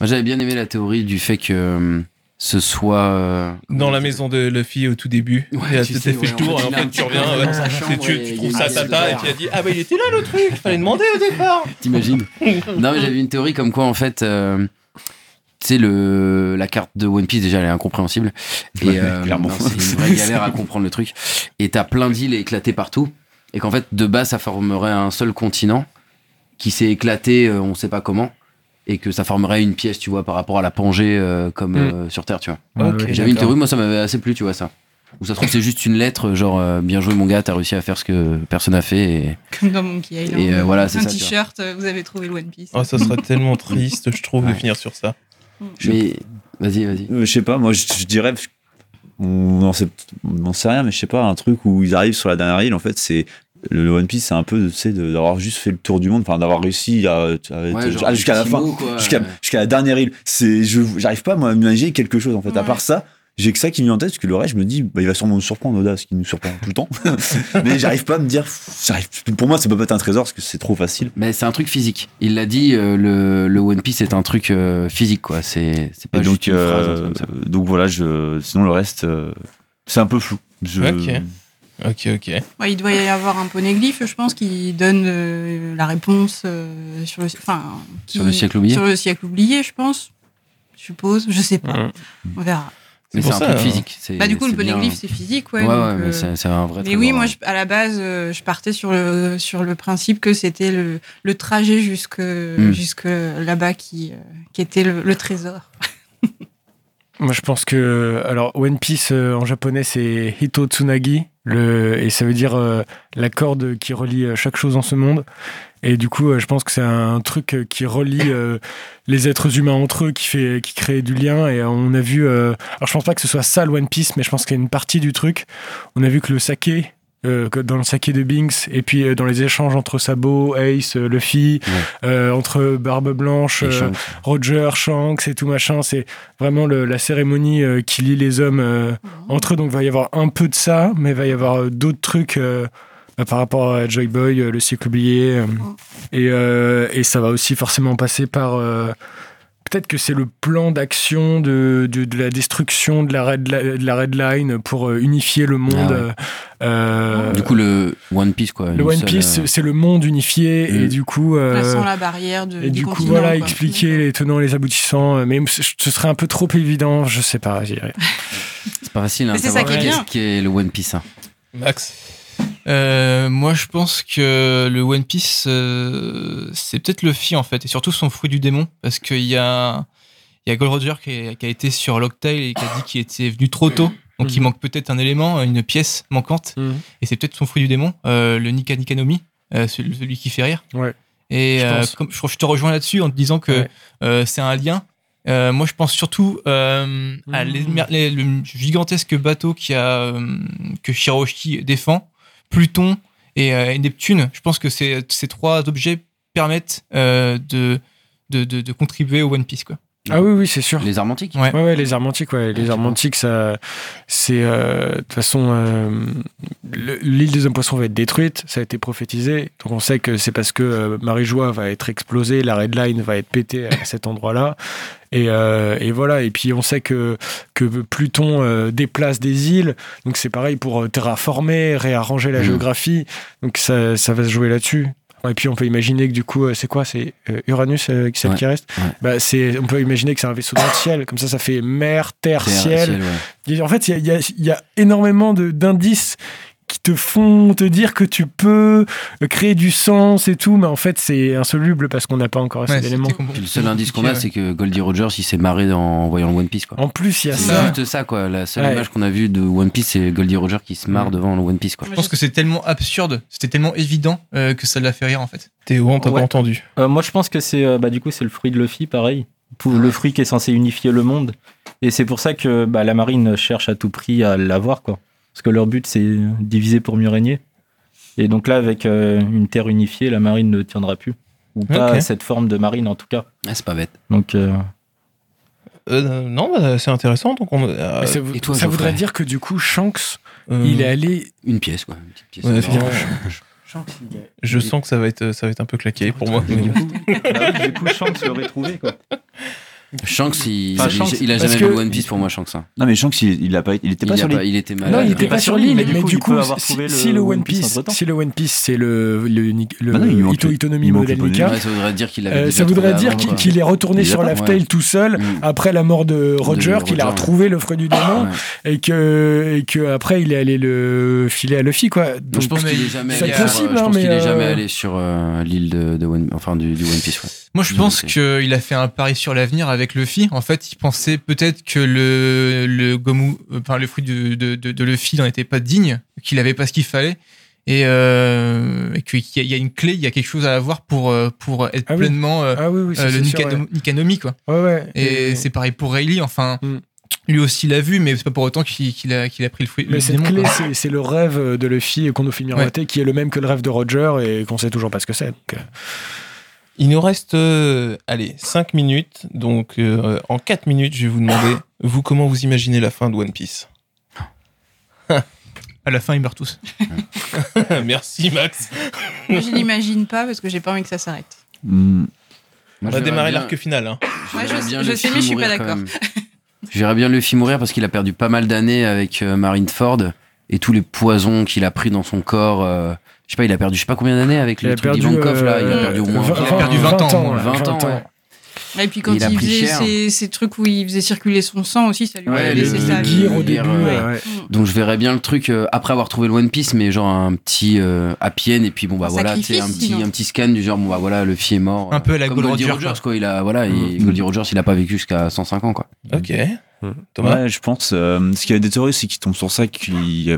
S4: Moi, j'avais bien aimé la théorie du fait que euh, ce soit. euh,
S2: Dans la maison de Luffy au tout début.
S4: Ouais,
S2: et elle
S4: tu
S2: te
S4: sais,
S2: fait le
S4: ouais,
S2: tour
S4: en
S2: et
S4: fait,
S2: en
S4: il a
S2: fait tu
S4: un petit
S2: reviens,
S4: peu dans
S2: ouais,
S4: sa chambre
S2: tu, tu
S4: et il
S2: trouves
S4: y a
S2: ça
S4: des
S2: tata et
S4: odeurs.
S2: puis elle dit Ah bah il était là le truc, fallait demander au départ
S4: T'imagines Non, mais j'avais une théorie comme quoi, en fait, euh, tu sais, le- la carte de One Piece, déjà, elle est incompréhensible. Et
S6: Ouais,
S4: euh,
S6: clairement.
S4: non, c'est une vraie galère à comprendre le truc. Et t'as plein d'îles éclatées partout. Et qu'en fait, de base, ça formerait un seul continent qui s'est éclaté, euh, on sait pas comment. Et que ça formerait une pièce, tu vois, par rapport à la Pangée, euh, comme
S8: Mm.
S4: euh, sur Terre, tu vois.
S2: Ok.
S4: Et J'avais une théorie, moi, ça m'avait assez plu, tu vois, ça. Ou ça se trouve, c'est juste une lettre, genre, euh, bien joué, mon gars, t'as réussi à faire ce que personne n'a fait. Et...
S8: Comme dans Monkey Island.
S4: Et, euh, voilà, c'est
S8: un
S4: ça, tu vois.
S8: t-shirt, euh, vous avez trouvé le One Piece.
S2: Oh, ça serait tellement triste, je trouve,
S4: Mm. Ouais. Mm.
S2: de finir sur ça.
S6: Je-
S4: Mais, vas-y, vas-y.
S6: Euh, Je sais pas, moi je, je dirais. On n'en sait, on en sait rien, mais je sais pas, un truc où ils arrivent sur la dernière île, en fait, c'est. Le le One Piece, c'est un peu, tu sais, de- d'avoir juste fait le tour du monde, enfin, d'avoir réussi à. à-
S4: Ouais,
S6: à-
S4: genre,
S6: jusqu'à la
S4: petit
S6: fin.
S4: mot, quoi.
S6: Jusqu'à jusqu'à la dernière île. C'est, je, j'arrive pas, moi, à imaginer quelque chose, en fait. À
S8: Ouais.
S6: part ça, j'ai que ça qui me vient en tête, parce que le reste, je me dis, bah, il va sûrement nous surprendre, Oda, ce qui nous surprend tout le temps. mais j'arrive pas à me dire, j'arrive- pour moi, ça peut pas être un trésor, parce que c'est trop facile.
S4: Mais c'est un truc physique. Il l'a dit, euh, le, le One Piece est un truc euh, physique, quoi. C'est c'est pas
S6: Et
S4: juste
S6: donc,
S4: une phrase. un
S6: euh,
S4: truc comme ça.
S6: donc voilà, je, sinon le reste, euh, c'est un peu flou. Je-
S2: Ok. Ok, ok.
S8: Ouais, il doit y avoir un poneglyphe, je pense, qui donne euh, la réponse euh, sur, le, enfin, qui-
S4: Sur le siècle oublié.
S8: Sur le siècle oublié, je pense. Je suppose. Je sais pas.
S2: Mm.
S8: On verra.
S4: Mais
S2: pour
S4: c'est un
S2: ça,
S4: truc
S2: hein.
S4: physique. c'est-
S8: Bah, du coup, le
S4: c'est bien. hein.
S8: poneglyph, c'est physique, ouais.
S4: Ouais, ouais,
S8: donc, euh,
S4: mais c'est c'est un vrai
S8: mais
S4: truc,
S8: oui,
S4: hein.
S8: moi, je- à la base, euh, je partais sur le, sur le principe que c'était le, le trajet jusque,
S4: Mm.
S8: jusque là-bas qui, euh, qui était le, le trésor.
S7: Moi, je pense que. Alors, One Piece euh, en japonais, c'est Hito Tsunagi. Le, et ça veut dire euh, la corde qui relie euh, chaque chose en ce monde. Et du coup, euh, je pense que c'est un truc euh, qui relie euh, les êtres humains entre eux, qui, fait, qui crée du lien. Et on a vu. euh, alors, je pense pas que ce soit ça le One Piece, mais je pense qu'il y a une partie du truc. On a vu que le saké. euh, que dans le saké de Binks et puis euh, dans les échanges entre Sabo, Ace, euh, Luffy, euh, entre Barbe Blanche,
S4: Et
S7: euh,
S4: Shanks.
S7: Roger, Shanks et tout machin, c'est vraiment le- la cérémonie euh, qui lie les hommes euh, entre eux. Donc, va y avoir un peu de ça, mais va y avoir euh, d'autres trucs euh, bah, par rapport à Joy Boy, euh, le cycle oublié. euh, et, euh, et ça va aussi forcément passer par. euh, Peut-être que c'est le plan d'action de, de, de la destruction de la, red, li- de la red line pour euh, unifier le monde.
S4: Ah ouais.
S7: euh, euh,
S4: Du coup, le One Piece, quoi.
S7: le
S4: une
S7: One
S4: seule,
S7: Piece,
S4: euh,
S7: c'est- c'est le monde unifié
S4: Mm.
S7: et du coup. euh,
S8: Passant la barrière de,
S7: et du coup,
S8: continent,
S7: voilà,
S8: quoi.
S7: expliquer les tenants, les aboutissants. euh, Mais ce ce serait un peu trop évident, je sais pas. je dirais.
S4: C'est pas facile. hein,
S8: Mais c'est
S4: savoir
S8: ça qui est
S4: qu'est-ce
S8: bien.
S4: qui est le One Piece. hein.
S9: Max. Euh, moi, je pense que le One Piece, euh, c'est peut-être le fi en fait, et surtout son fruit du démon, parce qu'il y a, il y a Gold Roger qui, est- qui a été sur Locktail et qui a dit qu'il était venu trop tôt, donc il
S7: Mhm.
S9: manque peut-être un élément, une pièce manquante,
S7: Mhm.
S9: et c'est peut-être son fruit du démon, euh, le Nika Nika no Mi, euh, celui celui qui fait rire.
S7: Ouais.
S9: Et
S7: Je
S9: euh,
S7: pense.
S9: comme- je, je te rejoins là-dessus en te disant que
S7: Ouais.
S9: euh, c'est un lien. Euh, moi, je pense surtout euh, à les-
S7: Mhm.
S9: les- le gigantesque bateau qui a, euh, que Shiroshi défend, Pluton et, euh, et Neptune. Je pense que ces, ces trois objets permettent euh, de, de, de- de contribuer au One Piece. Quoi.
S7: Ah oui, oui, c'est sûr.
S4: Les armes antiques.
S9: Ouais.
S7: Ouais, ouais, les armantiques, ouais. Les armantiques, ça, c'est, euh, de toute façon, euh, le- l'île des hommes poissons va être détruite, ça a été prophétisé. Donc on sait que c'est parce que euh, Marie-Joie va être explosée, la Red Line va être pétée à cet endroit-là. Et, euh, et voilà. Et puis on sait que, que Pluton euh, déplace des îles. Donc c'est pareil pour euh, terraformer, réarranger la
S4: Mhm.
S7: géographie. Donc ça, ça va se jouer là-dessus. Et puis on peut imaginer que du coup, euh, c'est quoi C'est euh, Uranus, euh, celle
S4: Ouais,
S7: qui reste
S4: ouais.
S7: bah, c'est, On peut imaginer que c'est un vaisseau dans le ciel. Comme ça, ça fait mer, terre,
S4: Terre,
S7: ciel.
S4: ciel, ouais.
S7: Et en fait, il y a, il y a- il y a énormément de- d'indices qui te font te dire que tu peux créer du sens et tout, mais en fait, c'est insoluble parce qu'on n'a pas encore assez
S9: Ouais,
S7: d'éléments.
S9: c'était com-
S4: Puis le seul indice qu'on a, c'est que Goldie Rogers, il s'est marré en voyant le One Piece, quoi.
S7: En plus, il y a
S4: C'est
S7: ça.
S4: juste ça, quoi. La seule
S7: Ouais.
S4: image qu'on a vue de One Piece, c'est Goldie Roger qui se marre devant le One Piece, quoi.
S9: Je pense que c'est tellement absurde, c'était tellement évident euh, que ça l'a fait rire en fait.
S2: Théo, on t'a
S3: Ouais.
S2: pas entendu.
S3: Euh, moi, je pense que c'est euh, bah, du coup c'est le fruit de Luffy, pareil. Pou- Le fruit qui est censé unifier le monde. Et c'est pour ça que bah, la marine cherche à tout prix à l'avoir, quoi. Parce que leur but, c'est diviser pour mieux régner. Et donc là, avec euh, une terre unifiée, la marine ne tiendra plus. Ou pas
S2: Ok.
S3: cette forme de marine, en tout cas.
S4: Ah, c'est pas bête.
S3: Donc, euh,
S2: Euh, non, bah, c'est intéressant. Donc on, euh,
S7: Mais ça vou-
S4: et toi,
S7: ça
S4: Geoffrey
S7: voudrait dire que du coup, Shanks,
S2: euh,
S7: il est allé.
S4: Une pièce, quoi. Une petite pièce.
S2: Ouais,
S4: Alors,
S2: finalement, je sens que ça va être, ça va être un peu claqué pour moi. mais
S3: du
S2: bon.
S3: coup, bah oui, du coup, Shanks l'aurait trouvé, quoi.
S4: Shanks, il,
S3: Enfin,
S4: il-
S3: Shanks,
S4: il a
S7: parce
S4: jamais
S7: que-
S4: vu One Piece pour moi, Shanks. hein.
S6: Non, mais Shanks, il, il, a pas, il était
S4: Il,
S6: pas
S4: a
S6: sur
S4: pas-
S6: l'île.
S4: il était malade.
S7: Non, il
S3: il
S7: était
S3: est
S7: pas
S3: pas
S7: sur
S3: sur l'île,
S7: l'île, mais,
S3: mais du coup,
S7: du
S3: il
S7: coup,
S3: peut avoir
S7: si,
S3: trouvé
S7: si
S3: le
S7: le
S3: One
S7: One
S3: Piece
S7: Piece,
S3: entre-temps.
S7: si le One Piece, c'est le, le, ni- le
S6: Bah non, il manque
S7: Ito
S6: le-
S7: Itonomi
S6: il manque le
S7: Modanika,
S4: Ouais, ça voudrait dire qu'il avait
S7: euh,
S4: déjà
S7: ça
S4: trouvé
S7: voudrait
S4: avant,
S7: dire qu'il
S4: quoi.
S7: qu'il est retourné
S4: Il les a
S7: sur
S4: pas,
S7: la tail
S4: ouais.
S7: tout seul
S4: Mm.
S7: après la mort de Roger,
S4: Roger,
S7: qu'il a
S4: ouais.
S7: retrouvé le fruit du démon.
S4: Ouais.
S7: et que et que après il est allé le filer à Luffy quoi.
S4: Donc,
S7: Donc,
S4: je pense
S9: mais
S4: qu'il est
S9: il-
S4: jamais
S9: c'est
S4: allé sur-
S7: possible,
S4: je
S7: hein,
S4: pense qu'il
S7: mais,
S4: est jamais
S7: euh,
S4: allé sur euh, l'île de, de One, enfin du, du One Piece. ouais.
S9: Moi, je
S4: Je
S9: pense
S4: sais.
S9: qu'il a fait un pari sur l'avenir avec Luffy. En fait, il pensait peut-être que le, le Gomu, euh, enfin, le fruit de, de, de, de Luffy n'en était pas digne, qu'il avait pas ce qu'il fallait. Et, euh, et qu'il y, a- il y a une clé, il y a quelque chose à avoir pour, euh, pour être
S7: Ah oui.
S9: pleinement euh,
S7: ah oui oui, ça,
S9: euh,
S7: c'est
S9: le
S7: sûr,
S9: Nikano- Nikanomi, quoi.
S7: ouais. Ouais, ouais. euh,
S9: Et c'est pareil pour Rayleigh, enfin.
S7: Mm.
S9: Lui aussi l'a vu, mais c'est pas pour autant qu'il qu'il a, qu'il a pris le fruit.
S7: mais
S9: le
S7: cette
S9: démon,
S7: clé,
S9: quoi.
S7: c'est- c'est le rêve de Luffy qu'on nous fait miroiter, qui est le même que le rêve de Roger et qu'on sait toujours pas ce que c'est. Donc, euh,
S2: Il nous reste, euh, allez, 5 minutes. Donc, euh, en 4 minutes, je vais vous demander, vous, comment vous imaginez la fin de One Piece
S9: À la fin, ils meurent tous.
S2: Merci, Max.
S8: Mais je l'imagine pas parce que j'ai pas envie que ça s'arrête.
S6: Hmm.
S4: Moi,
S2: On va
S4: j'aimerais
S2: démarrer
S4: bien-
S2: l'arc final. hein.
S8: Ouais,
S4: j'aimerais
S8: je-
S4: bien
S8: je
S4: le
S8: sais,
S4: film
S8: mais je suis pas
S4: mourir, quand
S8: d'accord.
S4: même. J'aimerais bien le film mourir parce qu'il a perdu pas mal d'années avec euh, Marineford et tous les poisons qu'il a pris dans son corps. euh, je sais pas, il a perdu je sais pas combien d'années avec
S7: il
S4: le
S7: a
S4: truc
S7: perdu.
S4: d'Ivankov là. Il a
S7: euh,
S4: perdu au moins
S7: vingt-
S9: Il a perdu 20 ans,
S7: ouais,
S4: 20 ans, ouais.
S8: Et puis quand
S4: Il a
S8: il,
S4: pris
S8: faisait
S4: cher.
S8: ces, ces trucs où il faisait circuler son sang aussi, ça lui
S4: Ouais,
S8: a
S4: le-
S8: laissé ça.
S4: le
S7: gear au
S4: le gear,
S7: début. euh,
S4: ouais.
S7: ouais.
S4: Donc je verrais bien le truc euh, après avoir trouvé le One Piece, mais genre un petit euh, happy end et puis bon bah
S8: Un
S4: voilà, tu sais, un
S8: sacrifice,
S4: petit
S8: sinon.
S4: un petit scan du genre bon bah voilà le film est mort.
S9: Un peu à la
S4: Comme
S9: Gold
S4: Goldie
S9: Roger,
S4: Rogers quoi. Il a voilà, il- Goldie Rogers il a pas vécu jusqu'à 105 ans quoi.
S2: Ok. Thomas
S6: Ouais, je pense. euh, ce qu'il y a des théories, c'est qu'ils tombent sur ça, qui euh,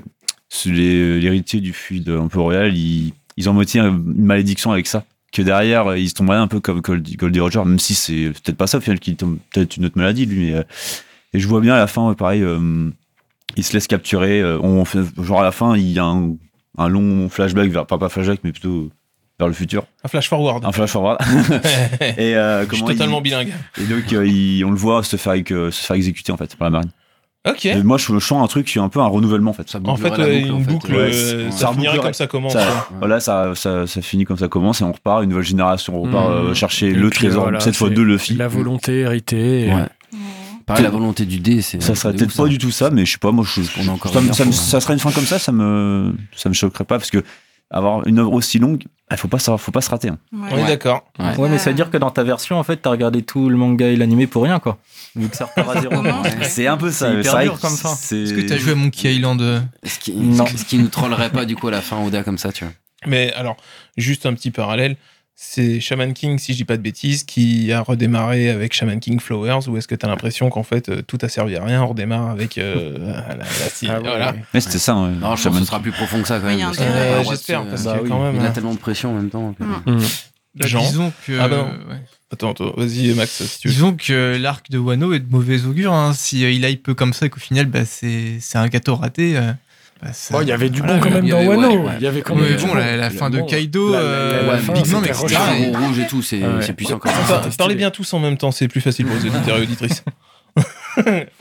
S6: c'est les- l'héritier du fui de peu royal, ils, ils en motivent une malédiction avec ça. Que derrière, euh, ils se tomberaient un peu comme Goldie, Goldie Roger, même si c'est euh, peut-être pas ça au final, qu'il tombe peut-être une autre maladie lui. Mais, euh, et je vois bien à la fin, euh, pareil, euh, il se laisse capturer. euh, on fait- genre à la fin, il y a un, un long flashback vers, pas, pas flashback, mais plutôt vers le futur,
S2: Un flash forward.
S6: un flash forward.
S2: Je
S6: et euh,
S2: suis
S6: comment il-
S2: totalement bilingue.
S6: et donc euh, il- on le voit se faire, euh, se faire exécuter en fait par la marine.
S2: Ok.
S6: Et moi, je, je sens un truc qui est un peu un renouvellement en fait. Ça,
S2: En fait,
S4: bouclerait la
S2: ouais, une boucle,
S6: Ouais,
S2: euh,
S4: c'est-
S2: ça
S6: ça
S2: finirait
S6: rebouclerait.
S2: comme ça commence.
S6: ça- voilà, ça, ça, ça finit comme ça commence et on repart, une nouvelle génération, on repart
S7: Mmh.
S6: euh, chercher
S7: Et
S6: le
S7: puis,
S6: trésor,
S7: voilà,
S6: cette fois
S7: c'est
S6: de Luffy.
S7: La volonté euh, héritée. et-
S4: Ouais. Pareil, la volonté du dé, c'est.
S6: Ça serait
S4: c'est
S6: peut-être
S4: ouf,
S6: pas
S4: ça.
S6: du tout ça, mais je sais pas, moi je,
S4: On a encore
S6: ça,
S4: une
S6: me- ça, me-
S4: info, hein.
S6: ça serait une fin comme ça, ça me, ça me choquerait pas parce que avoir une œuvre aussi longue, il faut pas, savoir- faut pas se rater. hein.
S2: On est d'accord.
S3: Ouais, mais ça veut dire que dans ta version, en fait, t'as regardé tout le manga et l'animé pour rien, quoi. Vu que ça repart à zéro.
S8: Comment
S4: Ouais.
S6: C'est un peu
S3: C'est
S6: ça,
S3: hyper
S6: vrai
S3: dur
S6: que
S3: comme ça.
S6: c'est-
S9: Est-ce que t'as joué à Monkey Island euh,
S4: Ce qui,
S3: Non.
S4: ce qui nous trollerait pas du coup à la fin Oda comme ça, tu vois.
S2: Mais alors, juste un petit parallèle, c'est Shaman King, si je dis pas de bêtises, qui a redémarré avec Shaman King Flowers, ou est-ce que t'as l'impression qu'en fait euh, tout a servi à rien, on redémarre avec euh, la, la scie,
S3: Ah ouais.
S2: voilà.
S6: Mais c'était ça. ouais.
S4: Non, je pense que ce sera plus profond que ça quand
S8: Oui,
S4: même.
S8: il y a
S4: parce
S8: un truc.
S2: Euh,
S4: que t'as pas le droit de
S2: J'espère,
S4: se-
S2: parce
S3: Bah
S2: que
S3: oui.
S2: quand même.
S4: Il a
S2: hein.
S4: tellement de pression en même temps. que-
S8: Mm.
S2: Jean.
S9: Disons que.
S2: Ah ben non.
S9: euh, ouais.
S2: Attends, attends, vas-y Max, si tu veux.
S9: Disons que l'arc de Wano est de mauvais augure. Hein. Si euh, il aille peu comme ça et qu'au final, bah, c'est c'est un gâteau raté. euh, bah, ça-
S7: Bon, Oh, il y avait du bon
S9: Voilà,
S7: quand
S9: mais-
S7: même
S4: il y
S7: dans
S4: avait- ouais,
S7: Wano.
S4: ouais.
S7: Il y avait quand
S9: Mais
S7: même.
S9: bon, la, la fin de Kaido,
S7: La- la-
S9: euh,
S7: la
S4: fin,
S9: Big Mom,
S7: c'était
S9: etc.
S4: C'est un
S7: Ouais.
S4: gros rouge et tout, c'est
S7: Ouais.
S4: c'est puissant quand
S2: Par-
S4: même.
S7: c'était
S2: Ah, parlez
S7: stylé.
S2: bien tous en même temps, c'est plus facile pour les auditeurs et auditrices.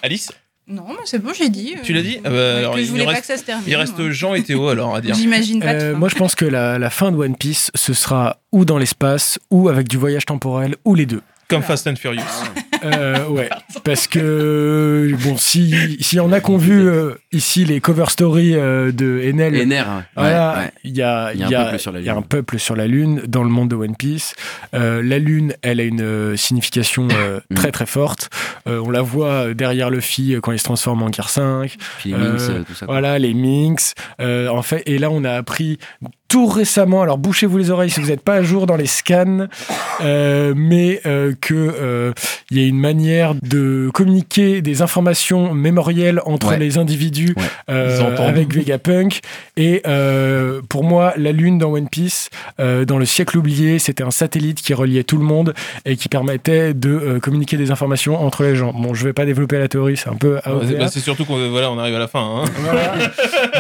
S2: Alice,
S8: Non, mais c'est bon, j'ai dit. euh,
S2: Tu l'as dit Ah bah,
S8: ouais,
S2: alors,
S8: que
S2: il
S8: Je voulais
S2: reste-
S8: pas que ça se termine.
S2: il reste
S8: moi.
S2: Jean et Théo alors à dire.
S8: J'imagine pas de
S7: Euh,
S8: fin.
S7: moi, je pense que la, la fin de One Piece, ce sera ou dans l'espace, ou avec du voyage temporel, ou les deux.
S2: Comme Fast and Furious.
S4: Ah,
S8: Ah,
S7: Euh, ouais, parce que bon, si s'il y en a qu'on vu euh, ici les cover stories euh, de Enel,
S4: Et nerfs. ouais, ouais.
S7: voilà, il y a
S4: Il y a un
S7: il y a-
S4: peuple sur la
S7: il y a
S4: Lune.
S7: un peuple sur la lune dans le monde de One Piece. Euh, la lune, elle a une euh, signification euh,
S4: Mm.
S7: très très forte. Euh, on la voit derrière Luffy euh, quand il se transforme en Gear 5.
S4: Puis les Minx,
S7: Euh,
S4: euh, tout ça. quoi.
S7: Voilà, les Minx. Euh, en fait, et là, on a appris tout récemment, alors bouchez-vous les oreilles si vous n'êtes pas à jour dans les scans, euh, mais euh, que euh, il y a une manière de communiquer des informations mémorielles entre
S4: Ouais.
S7: les individus
S4: Ouais.
S7: euh,
S2: Ils entendent.
S7: avec Vegapunk. Et euh, pour moi, la Lune dans One Piece, euh, dans le siècle oublié, c'était un satellite qui reliait tout le monde et qui permettait de euh, communiquer des informations entre les gens. Bon, je vais pas développer la théorie, c'est un peu
S4: ah,
S2: Bah, c'est-
S7: AOVA.
S2: bah, c'est surtout qu'on voilà, on arrive à la fin. hein.
S7: Voilà.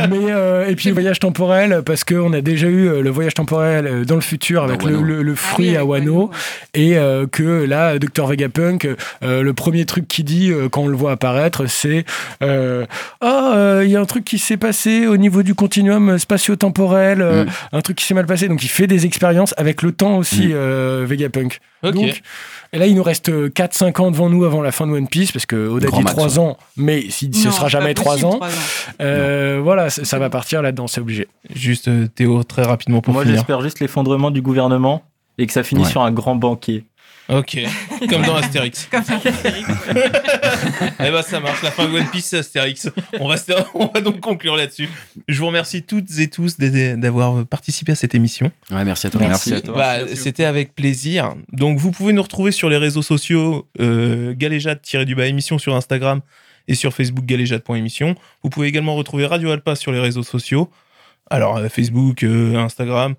S7: Mais euh, et puis le voyage temporel parce qu'on a déjà eu euh, le voyage temporel euh, dans le futur avec le,
S4: Wano.
S7: le- le
S8: Ah
S7: fruit
S8: oui,
S7: à
S8: avec
S7: Wano et euh, que là Dr Vegapunk euh, le premier truc qu'il dit euh, quand on le voit apparaître c'est euh, ah euh, il y a un truc qui s'est passé au niveau du continuum spatio-temporel euh,
S4: Mm.
S7: un truc qui s'est mal passé donc il fait des expériences avec le temps aussi
S4: Mm.
S7: euh, Vegapunk
S2: Ok.
S7: donc, et là, il nous reste euh, 4-5 ans devant nous avant la fin de One Piece, parce que Oda
S4: Grand
S7: dit
S4: max, hein.
S7: 3 ans, mais si, ce
S8: Non,
S7: sera
S8: pas
S7: jamais 3
S8: possible,
S7: ans. Euh, voilà, ça, ça va partir là-dedans, c'est obligé.
S2: Juste euh, Théo, très rapidement pour
S3: Moi,
S2: finir.
S3: j'espère juste l'effondrement du gouvernement et que ça finisse
S4: Ouais.
S3: sur un grand banquet.
S2: Ok, comme dans Astérix. comme dans Astérix. eh ben ça marche, la fin de One Piece c'est Astérix. On va, se- on va donc conclure là-dessus. Je vous remercie toutes et tous d'a- d'avoir participé à cette émission.
S4: Ouais, merci à toi.
S3: Merci.
S4: à
S2: Bah, C'était avec plaisir. Donc vous pouvez nous retrouver sur les réseaux sociaux euh, galéjade-du-bas émission sur Instagram et sur Facebook galéjade.émission. Vous pouvez également retrouver Radio Alpa sur les réseaux sociaux. Alors euh, Facebook, euh, Instagram,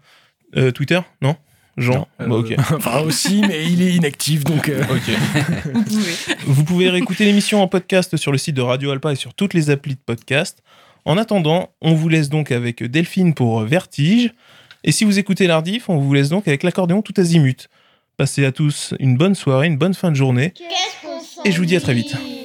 S2: euh, Twitter, non Jean
S7: Non. euh,
S2: Bah, ok.
S7: enfin, aussi, mais il est inactif, donc. euh,
S2: Ok.
S8: Vous pouvez.
S2: Vous pouvez réécouter l'émission en podcast sur le site de Radio Alpa et sur toutes les applis de podcast. En attendant, on vous laisse donc avec Delphine pour Vertige. Et si vous écoutez l'Ardif, on vous laisse donc avec l'accordéon tout azimut. Passez à tous une bonne soirée, une bonne fin de journée.
S1: Qu'est-ce qu'on
S2: Et je vous dis à très vite.
S1: s'ennuie